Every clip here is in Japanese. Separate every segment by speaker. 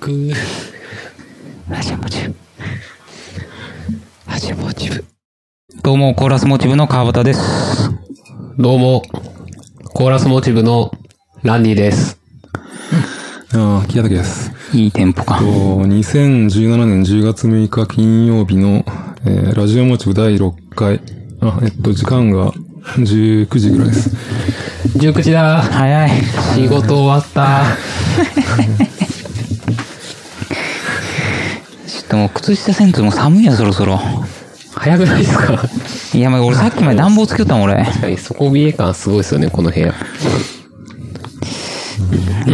Speaker 1: く。ラジオモチブ。ラジオモチブ。
Speaker 2: どうも、コーラスモチブの川端です。
Speaker 1: どうも、コーラスモチブのランディです。
Speaker 3: ああ、木屋です。
Speaker 2: いいテンポ
Speaker 3: と、
Speaker 2: 感。
Speaker 3: 2017年10月6日金曜日の、えーラジオモチブ第6回。あ、えっと、時間が19時ぐらいです。
Speaker 1: 19時だ
Speaker 2: 早い。
Speaker 1: 仕事終わった
Speaker 2: ちょっともう靴下センスも寒いや、そろそろ。
Speaker 1: 早くないですか確
Speaker 2: いや、まあ俺さっきまで暖房つけよったもん、俺。
Speaker 1: かに、底冷え感すごいですよね、この部屋。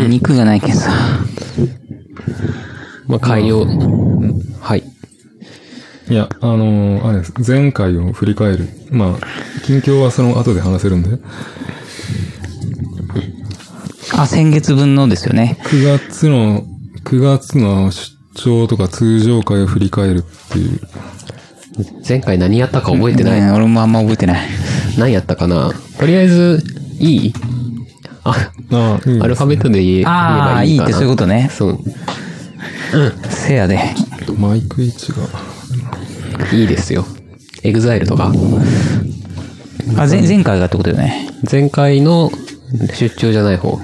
Speaker 2: 肉がないけんさ。
Speaker 1: まあ、改良。はい。
Speaker 3: いや、あのーあれです。前回を振り返る。まあ、近況はその後で話せるんで。
Speaker 2: あ、先月分のですよね。
Speaker 3: 9月の、9月の出張とか通常会を振り返るっていう。
Speaker 1: 前回何やったか覚えてない。
Speaker 2: ね俺もあんま覚えてない。
Speaker 1: 何やったかなとりあえず、いいあ、
Speaker 3: ああ、いい
Speaker 1: アル
Speaker 3: で
Speaker 1: フ
Speaker 3: す
Speaker 1: ァベットで言え言え
Speaker 2: あ
Speaker 1: ば
Speaker 2: あ、
Speaker 1: い
Speaker 2: い
Speaker 1: い
Speaker 2: い
Speaker 1: か
Speaker 2: っ
Speaker 1: な。
Speaker 2: てそういうことね。
Speaker 1: そう。
Speaker 2: せやで。
Speaker 3: マイク位置が。
Speaker 1: いいですよ。エグザイルとか。
Speaker 2: あ、前前回がってことよね。
Speaker 1: 前回の出張じゃない方。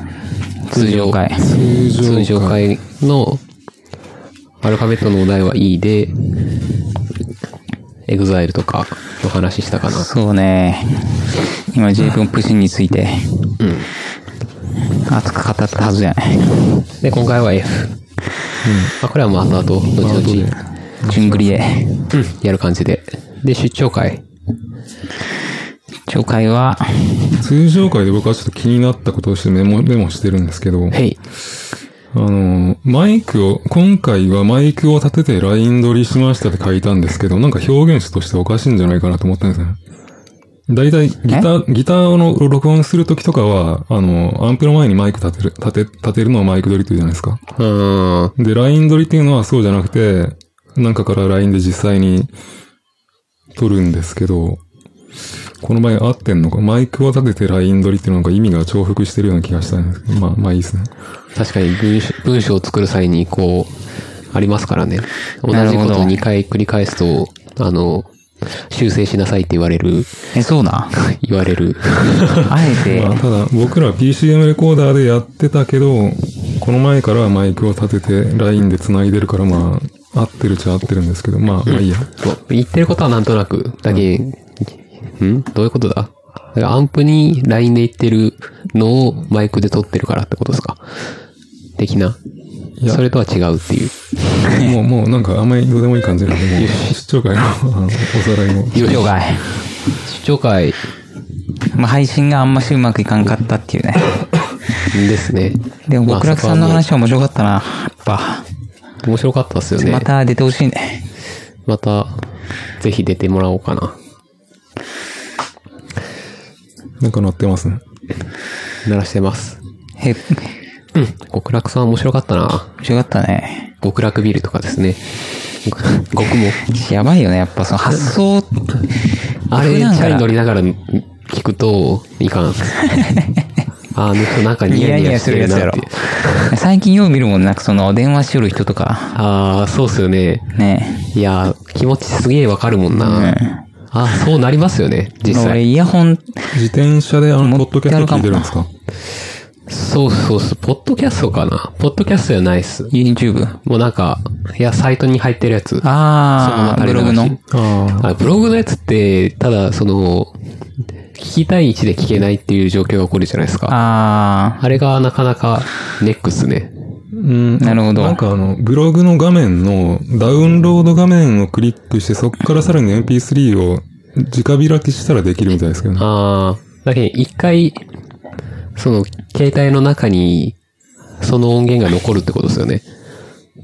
Speaker 2: 通常会。
Speaker 3: 通常
Speaker 1: 通
Speaker 3: 会。
Speaker 1: 常会のアルファベットのお題は E で、エグザイルとかの話したかな。
Speaker 2: そうね。今、ジェイ君プシンについて。熱く語ったはずじゃない。
Speaker 1: で、今回は F。まあ、これはまた後々、後々、
Speaker 2: ジュングリエ。
Speaker 1: うん、やる感じで。で、出張会。
Speaker 2: 懲戒は、
Speaker 3: 通常会で僕はちょっと気になったことをしてメモ、メモしてるんですけど。
Speaker 1: へい。
Speaker 3: あの、マイクを、今回はマイクを立ててライン撮りしましたって書いたんですけど、なんか表現詞としておかしいんじゃないかなと思ったんですね。だいたいギター、ギターの録音するときとかは、あの、アンプの前にマイク立てる、立て、立てるのをマイク撮りというじゃないですか。
Speaker 1: うーん。
Speaker 3: で、ライン撮りっていうのはそうじゃなくて、なんかからラインで実際に撮るんですけど、この場合合ってんのか、マイクを立ててライン撮りっていうのが意味が重複してるような気がしたんですけど、まあ、まあいいですね。
Speaker 1: 確かに文章文章を作る際に、こう、ありますからね。同
Speaker 2: な
Speaker 1: じ
Speaker 2: る
Speaker 1: こ
Speaker 2: ほ
Speaker 1: と
Speaker 2: ど
Speaker 1: を2回繰り返すと、あの、修正しなさいって言われる、
Speaker 2: え、そうだ。
Speaker 1: 言われ る。
Speaker 2: あえて
Speaker 3: まあ、、ただ、僕ら PCM レコーダーでやってたけど、この前からはマイクを立てて、ラインで繋いでるから、まあ、合ってるっちゃ合ってるんですけど、まあ、まあいいや。
Speaker 1: そう言ってることはなんとなく、だけ、んどういうことだだからアンプに LINE で言ってるのをマイクで撮ってるからってことですか的な。
Speaker 3: や
Speaker 1: それとは違うっていう。
Speaker 3: もう、もう、なんか、あんまりどうでもいい感じなんで、もう、出張会の、あの、おさらいを。
Speaker 2: 懲戒。
Speaker 1: 出張会
Speaker 2: まあ、配信があんましうまくいかんかったっていうね。
Speaker 1: ですね。
Speaker 2: でも、
Speaker 1: まあ
Speaker 2: 極楽さんの。
Speaker 1: そ
Speaker 2: 話は面白かったな。やっぱ。
Speaker 1: こはもう面白かったですよね。
Speaker 2: ま
Speaker 1: また、
Speaker 2: た出てほしいね。
Speaker 1: ぜひ出てもらおうかな。
Speaker 3: なんか鳴ってますね。
Speaker 1: 鳴らしてます。
Speaker 2: へ、
Speaker 1: うん。極楽さん面白かったな。
Speaker 2: 面白かったね。
Speaker 1: 極楽ビルとかですね。 極も。
Speaker 2: やばいよね、やっぱその発想、
Speaker 1: あれ、
Speaker 2: 普
Speaker 1: チ
Speaker 2: 段から
Speaker 1: ャリ乗りながら聞くと、い かん。あの人なんかニ
Speaker 2: ニ
Speaker 1: ヤ
Speaker 2: ヤ
Speaker 1: ニ
Speaker 2: ニ
Speaker 1: ヤ
Speaker 2: ヤ
Speaker 1: し
Speaker 2: す
Speaker 1: て
Speaker 2: る
Speaker 1: る
Speaker 2: やつ
Speaker 1: やつや
Speaker 2: や
Speaker 1: ろ
Speaker 2: ろ。。最近よう見るもんな、その、電話しよる人とか。
Speaker 1: ああ、そうっすよね。
Speaker 2: ね
Speaker 1: いやー、気持ちすげえわかるもん
Speaker 2: え。
Speaker 1: な。ああ、そうなりますよね、実
Speaker 2: 俺、
Speaker 1: 際。
Speaker 2: イヤホン、
Speaker 3: 自転車で、あの、
Speaker 2: 持
Speaker 3: ポ
Speaker 2: っ
Speaker 3: ッドキ
Speaker 2: て
Speaker 3: ャ
Speaker 2: ある
Speaker 3: スト
Speaker 2: かも
Speaker 3: 聞いてるんですか
Speaker 1: そうそうそう、ポッドキャストかな。ポッドキャストじゃないっす。
Speaker 2: YouTube。
Speaker 1: もうなんか、いや、サイトに入ってるやつ。
Speaker 2: あ
Speaker 1: そ
Speaker 2: あ、
Speaker 1: の
Speaker 2: ブログの。
Speaker 3: あ
Speaker 1: あブログのやつって、ただ、その、聞きたい位置で聞けないっていう状況が起こるじゃないですか。
Speaker 2: あ
Speaker 1: あれがなかなかネックっすね。
Speaker 3: うん。
Speaker 2: なるほど
Speaker 3: なんかあの、ブログの画面の、ダウンロード画面をクリックして、そこからさらに MP3 を直開きしたらできるみたいですけどね。
Speaker 1: ああ、だけど一回、その、携帯の中に、その音源が残るってことですよね。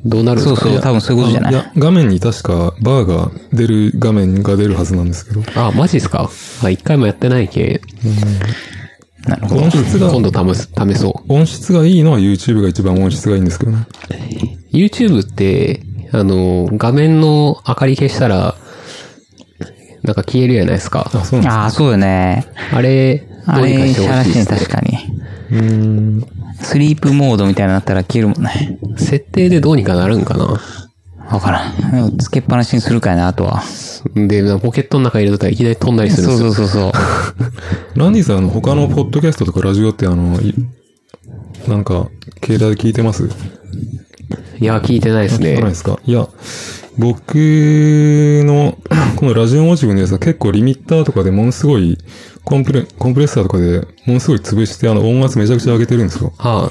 Speaker 1: どうな
Speaker 2: あ、
Speaker 1: るん
Speaker 2: そ
Speaker 1: で
Speaker 2: う
Speaker 1: すか
Speaker 2: そう、多分そういうことじゃない
Speaker 3: あや、画面に確かバーが出る、画面が出るはずなんですけど。こ
Speaker 1: あ、マジですかあ、一回もやってないけ。
Speaker 2: なるほど。
Speaker 3: の音質が、
Speaker 1: 今度試す、試そう。
Speaker 3: 音質がいいのは YouTube が一番音質がいいんですけどね。
Speaker 1: YouTube って、あの、画面の明かり消したら、なんか消えるじゃないですか。
Speaker 3: あ、そうなんで
Speaker 2: ああ、そうよね。
Speaker 1: あれ、ど
Speaker 2: あ
Speaker 1: うにか
Speaker 2: れ、
Speaker 1: して
Speaker 2: しゃ
Speaker 1: ほ
Speaker 2: ら
Speaker 1: し
Speaker 2: し
Speaker 1: い
Speaker 2: い
Speaker 1: で
Speaker 2: ね、
Speaker 1: すね
Speaker 2: 確かに。
Speaker 3: す。うーん。
Speaker 2: スリープモードみたいになったら消えるもんね。
Speaker 1: 設定でどうにかなるんかな
Speaker 2: わからんでも。つけっぱなしにするかいな、あとは。
Speaker 1: で、なんかポケットの中入れとったらいきなり飛んだりするん
Speaker 2: そ
Speaker 1: で
Speaker 2: う
Speaker 1: す
Speaker 2: そ
Speaker 1: よ。
Speaker 2: うそうそう。
Speaker 3: ランディさん、あの、他のポッドキャストとかラジオって、あの、いなんか、携帯で聞いてます
Speaker 1: いや、聞いてないです
Speaker 3: 聞
Speaker 1: ね
Speaker 3: かない。ですかいや、僕の、 このラジオモチブのやつは結構リミッターとかでものすごい、コンプレ、コンプレッサーとかでものすごい潰して、あの、音圧めちゃくちゃ上げてるんですよ。
Speaker 1: は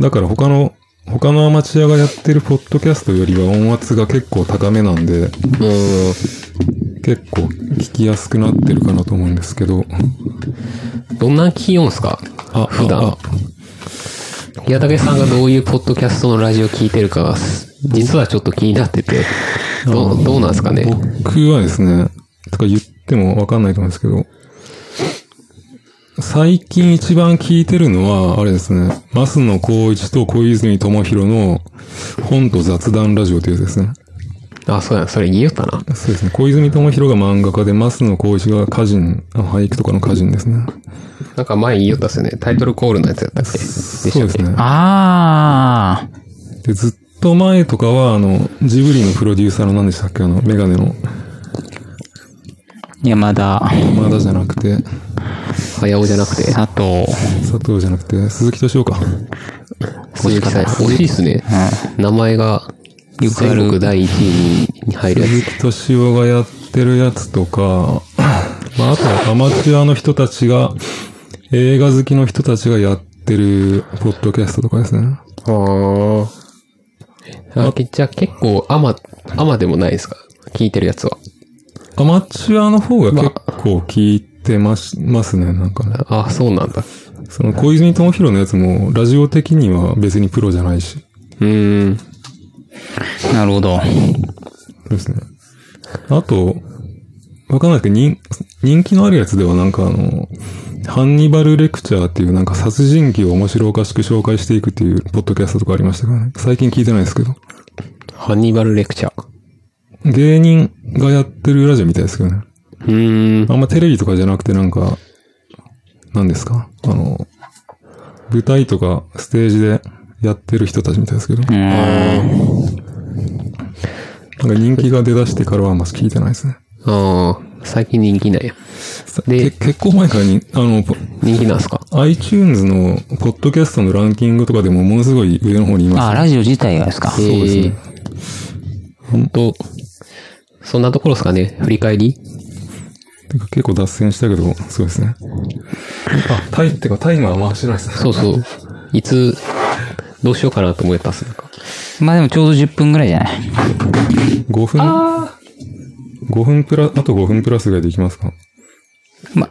Speaker 3: だから他の、他のアマチュアがやってるポッドキャストよりは音圧が結構高めなんで、
Speaker 1: あ、うん。
Speaker 3: 結構聞きやすくなってるかなと思うんですけど。
Speaker 1: どんなん聞きよんすか
Speaker 3: あ、
Speaker 1: 普段
Speaker 3: ああ
Speaker 1: 矢武さんがどういうポッドキャストのラジオ聞いてるかが、実はちょっと気になってて、どう、どうなんですかね。
Speaker 3: 僕はですね、とか言ってもわかんないと思うんですけど、最近一番聞いてるのは、あれですね、マスの光一と小泉智弘の本と雑談ラジオというやつですね。
Speaker 1: あ、そうや、それ言いよったな。
Speaker 3: そうですね、小泉智弘が漫画家で、マスの光一が歌人、あの俳句とかの歌人ですね。
Speaker 1: なんか前言いよったっすよね。タイトルコールのやつやったっけで
Speaker 3: そうですね。
Speaker 2: あ
Speaker 3: で、ずっと前とかは、あの、ジブリのプロデューサーの何でしたっけあの、メガネの。
Speaker 2: ー。山田、
Speaker 3: まだじゃなくて、
Speaker 1: 早尾じゃなくて。
Speaker 2: 佐藤。
Speaker 3: 佐藤じゃなくて、鈴木敏夫か。
Speaker 1: 鈴木さん惜しいっすね。名前が、
Speaker 2: よくあ
Speaker 1: 全
Speaker 2: る
Speaker 1: 国第一位に入るや
Speaker 3: 鈴木敏夫がやってるやつとか、まあ、あとはアマチュアの人たちが、映画好きの人たちがやってる、ポッドキャストとかですね。
Speaker 1: つ。ああ。けじゃあ結構、アマ、アマでもないですか聞いてるやつは。
Speaker 3: アマチュアの方が結構聞いてます、ますね、なんかね。
Speaker 1: あ、そうなんだ。
Speaker 3: その、小泉智弘のやつも、ラジオ的には別にプロじゃないし。
Speaker 1: うーん。
Speaker 2: なるほど。
Speaker 3: そうですね。あと、わかんないけど、人、人気のあるやつではなんかあの、ハンニバルレクチャーっていうなんか殺人鬼を面白おかしく紹介していくっていうポッドキャストとかありましたからね。最近聞いてないですけど。
Speaker 1: ハンニバルレクチャー。
Speaker 3: 芸人がやってるラジオみたいですけどね。
Speaker 1: うーん。
Speaker 3: あんまテレビとかじゃなくてなんか、何ですかあの、舞台とかステージでやってる人たちみたいですけど。
Speaker 2: う
Speaker 3: なん
Speaker 2: ーん。
Speaker 3: か人気が出だしてからはあんま聞いてないですね。
Speaker 1: ああ、最近人気なんや。
Speaker 3: さ
Speaker 1: で
Speaker 3: け結構前からに、あの、ポ
Speaker 1: 人気なんすか
Speaker 3: iTunes のポッドキャストのランキングとかでもものすごい上の方にい
Speaker 2: あ
Speaker 3: ま
Speaker 2: ー、ラジオ自体がですか。
Speaker 1: そうですね。ほんと、そんなところですかね振り返り
Speaker 3: す。てか結構脱線したけど、そうですね。あ、タイ、ってかタイマー回してないですね。
Speaker 1: そうそう。 いつ、どうしようかなと思ったっすなんか。
Speaker 2: まあでもちょうど10分ぐらいじゃない
Speaker 3: 5分 ?5 分プラ、あと5分プラスぐらいでいきますか
Speaker 2: ま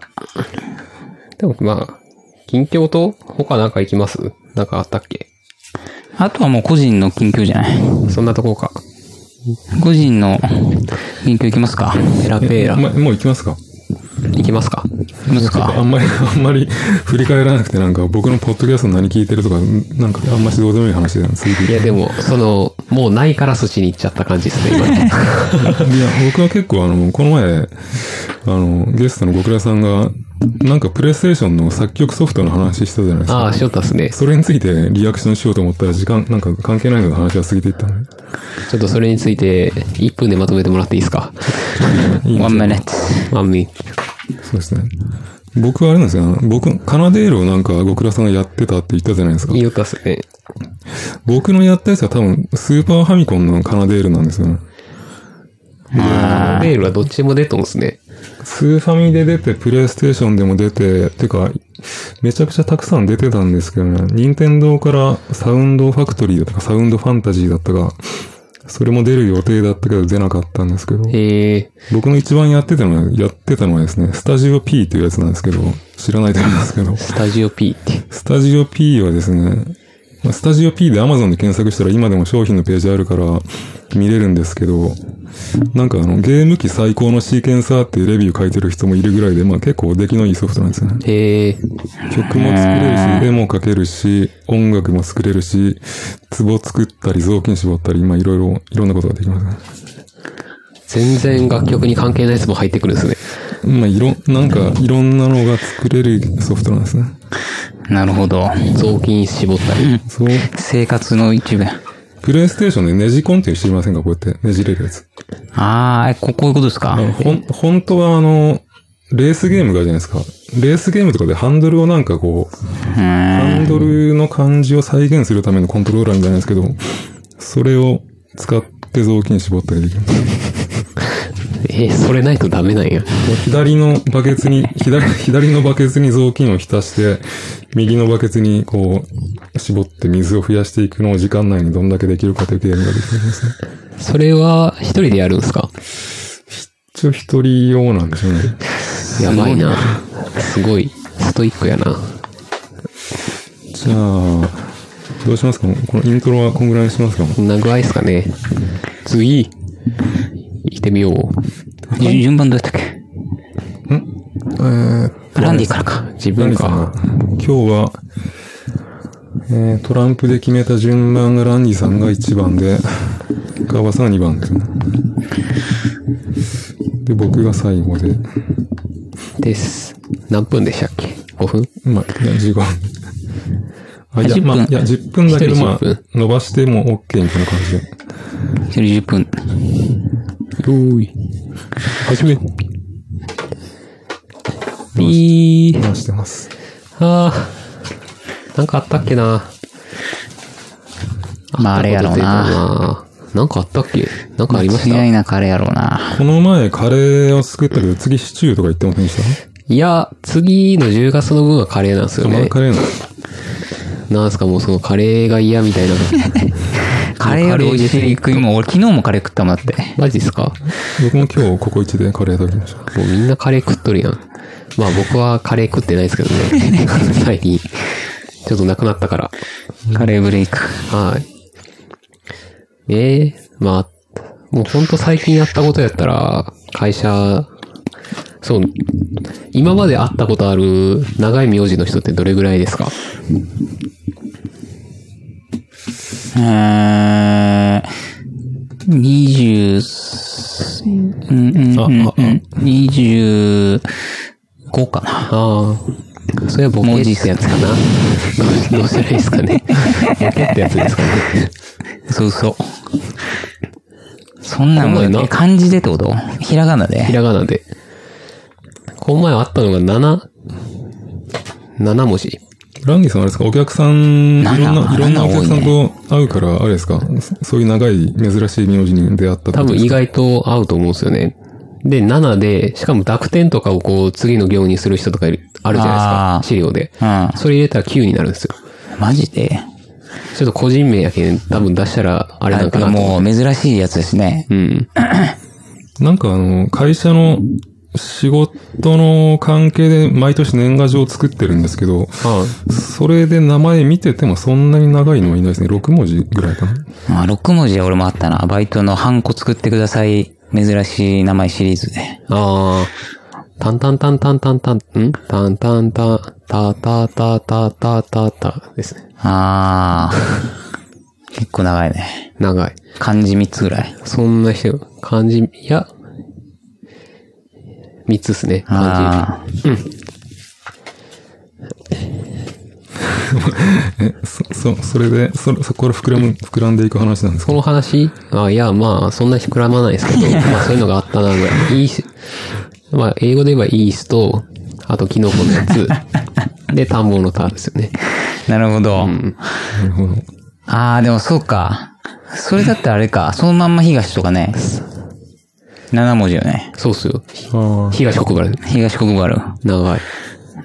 Speaker 1: でもまあ、近況と他なんか行きますなんかあったっけ
Speaker 2: あ、あとはもう個人の近況じゃない
Speaker 1: そんなとこか。
Speaker 2: 個人の近況いきますか
Speaker 1: ペラペ
Speaker 3: え
Speaker 1: ラ。
Speaker 3: ま、もう行きますか
Speaker 1: 行きますか
Speaker 2: いきます
Speaker 3: あ
Speaker 2: か
Speaker 3: んまり、あんまり振り返らなくてなんか僕のポッドキャスト何聞いてるとか、なんかあんましどうでもいい話だよね。 次
Speaker 1: い
Speaker 3: いや、
Speaker 1: やでも、その、もうないからそっちに行っちゃった感じですね、
Speaker 3: 僕は結構あの、この前、あの、ゲストの極良さんが、なんかプレイステーションの作曲ソフトの話したじゃないですか
Speaker 1: 今。。 ああ、しよったっすね。
Speaker 3: それについてリアクションしようと思ったら時間、なんか関係ないので話が過ぎていったのに。
Speaker 1: ちょっとそれについて、1分でまとめてもらっていいです か
Speaker 2: ワンメネット。
Speaker 1: あんみ。
Speaker 3: そうですね。僕はあれなんですよ。あの僕、カナデールをなんか極良さんがやってたって言ったじゃないですか
Speaker 1: い。いよったっすね。
Speaker 3: 僕のやったやつは多分スーパーファミコンのカナデールなんですよね。
Speaker 1: レールはどっちも出とんすね。
Speaker 3: スーファミで出て、プレイステーションでも出て、てか、めちゃくちゃたくさん出てたんですけどね。任天堂からサウンドファクトリーだったか、サウンドファンタジーだったか、それも出る予定だったけど出なかったんですけど。
Speaker 1: へえ。
Speaker 3: 僕の一番やってたのは、やってたのはですね、スタジオ P というやつなんですけど、知らないと思うんですけど、
Speaker 1: スタジオ P って。
Speaker 3: スタジオ P はですね、まあスタジオ P で Amazon で検索したら今でも商品のページあるから見れるんですけど、なんかあの、ゲーム機最高のシーケンサーっていうレビュー書いてる人もいるぐらいで、まあ結構出来のいいソフトなんですよね。
Speaker 1: へえ。
Speaker 3: 曲も作れるし、絵も描けるし、音楽も作れるし、壺作ったり、雑巾絞ったり、まあいろいろ、いろんなことができますね。
Speaker 1: 全然楽曲に関係ないやつも入ってくるんですね。
Speaker 3: まあ、いろん、なんか、いろんなのが作れるソフトなんですね。
Speaker 2: なるほど。
Speaker 1: 雑巾絞ったり。
Speaker 3: そう。
Speaker 2: 生活の一部や。
Speaker 3: プレイステーションでネジコンっていうの知りませんかこうやってねじれるやつ。
Speaker 2: ああ、ここういうことですか
Speaker 3: あの、ほん、本当はあの、レースゲームがあるじゃないですか。レースゲームとかでハンドルをなんかこう、ハンドルの感じを再現するためのコントローラーみたいなんですけど、それを使って雑巾絞ったりできる。
Speaker 1: えーそれないとダメなんや。
Speaker 3: 左のバケツに、左、左のバケツに雑巾を浸して、右のバケツにこう、絞って水を増やしていくのを時間内にどんだけできるかというゲームができるんですね。
Speaker 1: それは、一人でやるんすか
Speaker 3: 一応一人用なんでしょうね。
Speaker 1: やばいな。すごい、ストイックやな。
Speaker 3: じゃあ、どうしますかこのイントロはこんぐらいにしますか
Speaker 1: こんな具合ですかね。次、行ってみよう。
Speaker 2: じゅ順番どうやったっけ
Speaker 3: えー、
Speaker 2: ランディからか。
Speaker 1: 自分
Speaker 3: 何か
Speaker 1: か。
Speaker 3: な今日は、えー、トランプで決めた順番がランディさんが1番で、川端さんが2番ですね。で、僕が最後で、
Speaker 1: です。何分でしたっけ ?5 分
Speaker 3: まあ、いや15分。あ、いや、
Speaker 2: 10分
Speaker 3: まあ、いや、10分だけど、
Speaker 1: 一人
Speaker 3: ま
Speaker 1: 10
Speaker 3: あ、伸ばしても OK みたいな感じで。
Speaker 2: 一人10分。
Speaker 1: よーい。
Speaker 3: 始め。
Speaker 1: ピー。
Speaker 3: 伸ばしてます。
Speaker 1: あー。なんかあったっけな。
Speaker 2: まああれやろうな。
Speaker 1: な。なんかあったっけなんかありまし
Speaker 2: 間
Speaker 1: た
Speaker 2: 違いなくあれやろうな。
Speaker 3: この前、カレーを作ったけど、次シチューとか言ってませんでした
Speaker 1: いや、次の10月の分はカレーなんですよ
Speaker 3: まだ
Speaker 1: ね。
Speaker 3: カレーなの
Speaker 1: なんすかもうそのカレーが嫌みたいな。
Speaker 2: カレーより美味しい食い物。俺昨日もカレー食ったもんだって。
Speaker 1: マジですか
Speaker 3: 僕も今日、ここ1でカレー食べました。
Speaker 1: もうみんなカレー食っとるやん。まあ僕はカレー食ってないですけどね。 最近。ちょっとなくなったから。
Speaker 2: カレーブレイク。
Speaker 1: はい。ええまあ、もうほんと最近やったことやったら、会社、そう、今まで会ったことある長い名字の人ってどれぐらいですか
Speaker 2: うーん。20、うんうんうんうん。25かな。
Speaker 1: ああ。それはボケってやつかな どうどうしたらいいですかね。ボケってやつですかね。
Speaker 2: そうそう。そんなんも
Speaker 1: そんなん
Speaker 2: う
Speaker 1: な
Speaker 2: 漢字でってことひらがな
Speaker 1: ひ
Speaker 2: で。
Speaker 1: らがなで。この前あったのが7、7文字。
Speaker 3: ランギさんあれですかお客さん、いろ
Speaker 2: なんだ
Speaker 3: んな、いろんな
Speaker 2: なん
Speaker 3: お
Speaker 2: だ
Speaker 3: 客さんと会うから、あれですかそそういう長い、珍しい名字に出会ったっ
Speaker 1: 多
Speaker 3: てこと
Speaker 1: 分
Speaker 3: で
Speaker 1: 意
Speaker 3: すか
Speaker 1: 外と合うと思うんですよね。で、7で、しかも濁点とかをこう、次の行にする人とかいるあるじゃないです
Speaker 2: あ
Speaker 1: か
Speaker 2: ー。
Speaker 1: 資料で。
Speaker 2: うん。
Speaker 1: それ入れたら9になるんですよ。
Speaker 2: マジで。
Speaker 1: ちょっと個人名やけん、多分出したらあれなんかなと。
Speaker 2: もう珍しいやつですね。
Speaker 1: うん。
Speaker 3: なんかあの、会社の仕事の関係で毎年年賀状を作ってるんですけど、それで名前見ててもそんなに長いのはいないですね。6文字ぐらいかな。
Speaker 2: まあ、6文字で俺もあったな。バイトのハンコ作ってください。珍しい名前シリーズで。
Speaker 1: あー。タンタンタンタンタンタン、んタンタンタン、タタタタタタタですね。
Speaker 2: あー。結構長いね。
Speaker 1: 長い。
Speaker 2: 漢字3つぐらい。
Speaker 1: そんな人、漢字、いや、3つですね。漢
Speaker 2: あー。
Speaker 3: え、そ、そ、それで、そ、そこから膨らむ、膨らんでいく話なんです
Speaker 1: 字。こ
Speaker 3: か
Speaker 1: の話あいや、まあ、そんな膨らまないですけど、まあ、そういうのがあったな、ぐらい。イース、まあ、英語で言えばイースと、あと、キノコのや つ。で、田んぼのタですよね。
Speaker 2: なるほど。
Speaker 3: なるほど。
Speaker 2: あー、でもそうか。それだってあれか。そのまんま東とかね。7文字よね。
Speaker 1: そうっすよ。
Speaker 3: ああ。
Speaker 1: 東国原。
Speaker 2: 東国原。
Speaker 1: 長い。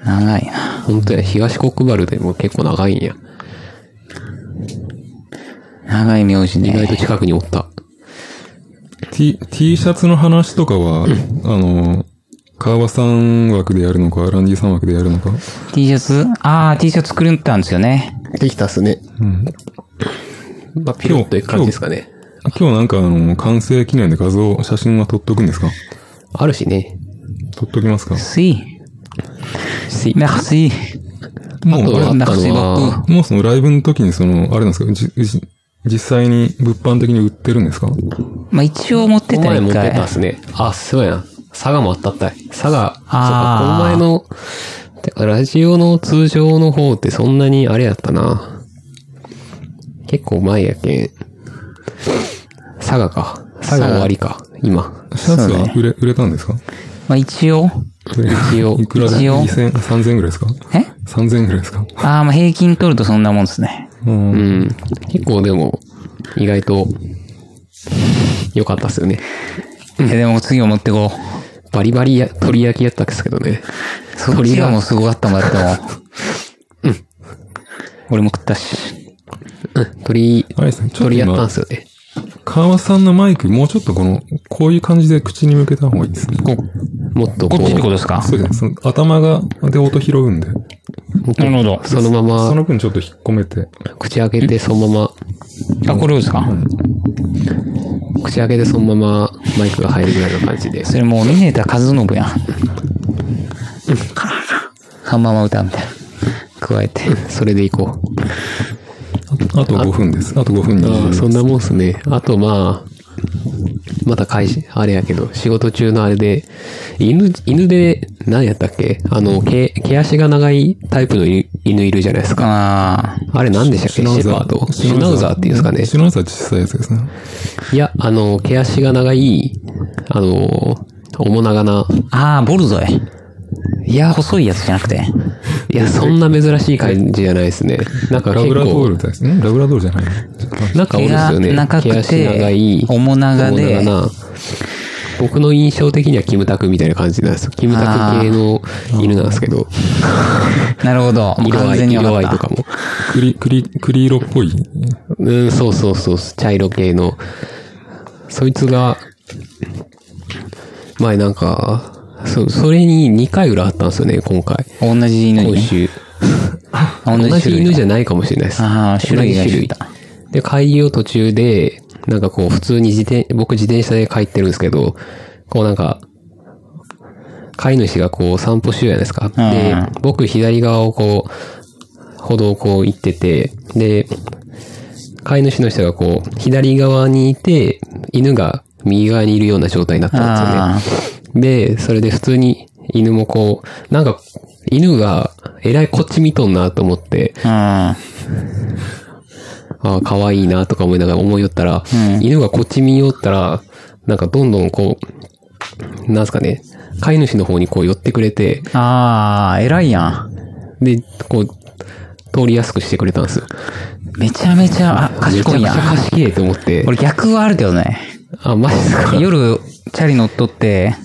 Speaker 2: 長いな。
Speaker 1: 本当や、東国原でも結構長いんや。
Speaker 2: 長い名字
Speaker 1: 意外
Speaker 2: ね。
Speaker 1: と近くにおった。
Speaker 3: T、T シャツの話とかは、あの、川場さん枠でやるのか、ランディさん枠でやるのか。
Speaker 2: T シャツあー、T シャツ作ったんですよね。
Speaker 1: できたっすね。
Speaker 3: うん。
Speaker 1: まあ、ピロッという感じですかね。
Speaker 3: 今日なんかあの、完成記念で画像、写真は撮っとくんですか
Speaker 1: あるしね。
Speaker 3: 撮っときますか
Speaker 2: スイ。
Speaker 1: スイ
Speaker 2: な、スイ。
Speaker 3: も
Speaker 1: あとは
Speaker 3: う、
Speaker 1: あったの
Speaker 2: なん
Speaker 1: は
Speaker 2: か、
Speaker 3: もうそのライブの時にその、あれなんですかじ、じ実際に物販的に売ってるんですか
Speaker 2: まあ、一応持って
Speaker 1: この
Speaker 2: た
Speaker 1: 前
Speaker 2: よ
Speaker 1: 持
Speaker 2: 一
Speaker 1: って
Speaker 2: 回。
Speaker 1: たっすね。あ、そうやな。佐賀もあったったい。佐賀、そう
Speaker 2: あ
Speaker 1: か
Speaker 2: ー、
Speaker 1: この前のてか、ラジオの通常の方ってそんなにあれやったな。結構前やけん。佐賀か。佐賀終わりか。今。
Speaker 3: シャツは売れ、売れたんですか
Speaker 2: まあ一応、
Speaker 1: 一応
Speaker 3: いくらで
Speaker 2: 一応
Speaker 3: 2000、3000ぐらいですか
Speaker 2: え
Speaker 3: ?3000 ぐらいですか
Speaker 2: ああ、まあ平均取るとそんなもんですね。
Speaker 3: うん。
Speaker 1: うん。結構でも、意外と、良かったっすよね。
Speaker 2: いやでも次を持ってこ
Speaker 1: バリバリや、鳥焼きやったっすけどね。
Speaker 2: う。そっちがもうすごかったもんだってもう。俺も食ったし。
Speaker 1: うん鳥、
Speaker 3: あれですね、ちょっと
Speaker 1: 鳥やったん
Speaker 3: 今、
Speaker 1: すよね。
Speaker 3: 川さんのマイク、もうちょっとこの、こういう感じで口に向けた方がいいですね。
Speaker 1: もっとこ
Speaker 2: こっちってこと
Speaker 1: う、
Speaker 2: ですか
Speaker 3: そうですね、その頭が、で音拾うんで、
Speaker 2: なるほど。
Speaker 1: そのま
Speaker 3: そ
Speaker 1: ま、
Speaker 3: の分ちょっと引っ込めて、
Speaker 1: 口開けてそのま
Speaker 2: あ、これをですか
Speaker 1: ま、口開けてそのままマイクが入るぐらいの感じで。
Speaker 2: それもうミネタカズノブやん。ハンマーマ歌みたいな。加えて。
Speaker 1: それでいこう。
Speaker 3: ああと5分です。あと5分に。
Speaker 1: ああ、そんなもんっすね。あとまあ、また会社、あれやけど、仕事中のあれで、犬、犬で、何やったっけあの、毛、毛足が長いタイプの犬犬いるじゃないですか。
Speaker 2: あ
Speaker 1: あれ何でしたっけシェパード。シュナウザーっていうんですかね。
Speaker 3: シュナウザーって小さいやつですね。
Speaker 1: いや、あの、毛足が長い、あの、面長な、
Speaker 2: あ。ああ、ボルゾイ。
Speaker 1: いや、
Speaker 2: 細いやつじゃなくて。
Speaker 1: いや、そんな珍しい感じじゃないですね。なんか
Speaker 3: ラ
Speaker 1: 結
Speaker 3: ブラドー
Speaker 1: 構、
Speaker 3: ルですね。ラブラドールじゃないね
Speaker 1: なんかおるんですよ
Speaker 2: 毛
Speaker 1: ね
Speaker 2: が。長くて
Speaker 1: 毛足長い、
Speaker 2: 面長で
Speaker 1: 面長な僕の印象的にはキムタクみたいな感じなんですよ。キムタク系の犬なんですけど、
Speaker 2: なるほど。もう
Speaker 1: 色合
Speaker 2: 完全
Speaker 1: い、
Speaker 2: に分
Speaker 1: 色合い
Speaker 2: か
Speaker 1: と
Speaker 2: っ
Speaker 1: か
Speaker 2: た。
Speaker 1: も。
Speaker 3: 栗、栗、栗色っぽい。
Speaker 1: うん、そうそうそう、茶色系の。そいつが、前なんか、そそれに2回裏あったんですよね、今回。
Speaker 2: 同じ犬
Speaker 1: 今
Speaker 2: に。
Speaker 1: 週。
Speaker 2: あ
Speaker 1: 同じ犬じ
Speaker 2: ゃ
Speaker 1: ゃないかもしれないです。
Speaker 2: あー種類が
Speaker 1: 同じ
Speaker 2: 一緒だ
Speaker 1: で、会議を途中で、なんかこう、普通に自転、僕自転車で帰ってるんですけど、こうなんか、飼い主がこう散歩しようじゃないですか。で
Speaker 2: うん、
Speaker 1: 僕左側をこう、歩道をこう行ってて、で、飼い主の人がこう、左側にいて、犬が右側にいるような状態になったんですよね。
Speaker 2: あ
Speaker 1: で、それで普通に犬もこう、なんか、犬が、えらいこっち見とんなと思って、
Speaker 2: あ。
Speaker 1: ああ、かわいいなとか思いながら思いよったら、犬がこっち見よったら、なんかどんどんこう、なんすかね、飼い主の方にこう寄ってくれて、
Speaker 2: うん。ああ、偉いやん。
Speaker 1: で、こう、通りやすくしてくれたんですよ。
Speaker 2: めちゃめちゃ、あ、賢いやん
Speaker 1: めち。ゃくちゃ賢いと思って、
Speaker 2: 俺逆はあるけどね。
Speaker 1: あ、マジっすか。
Speaker 2: 夜、チャリ乗っとって、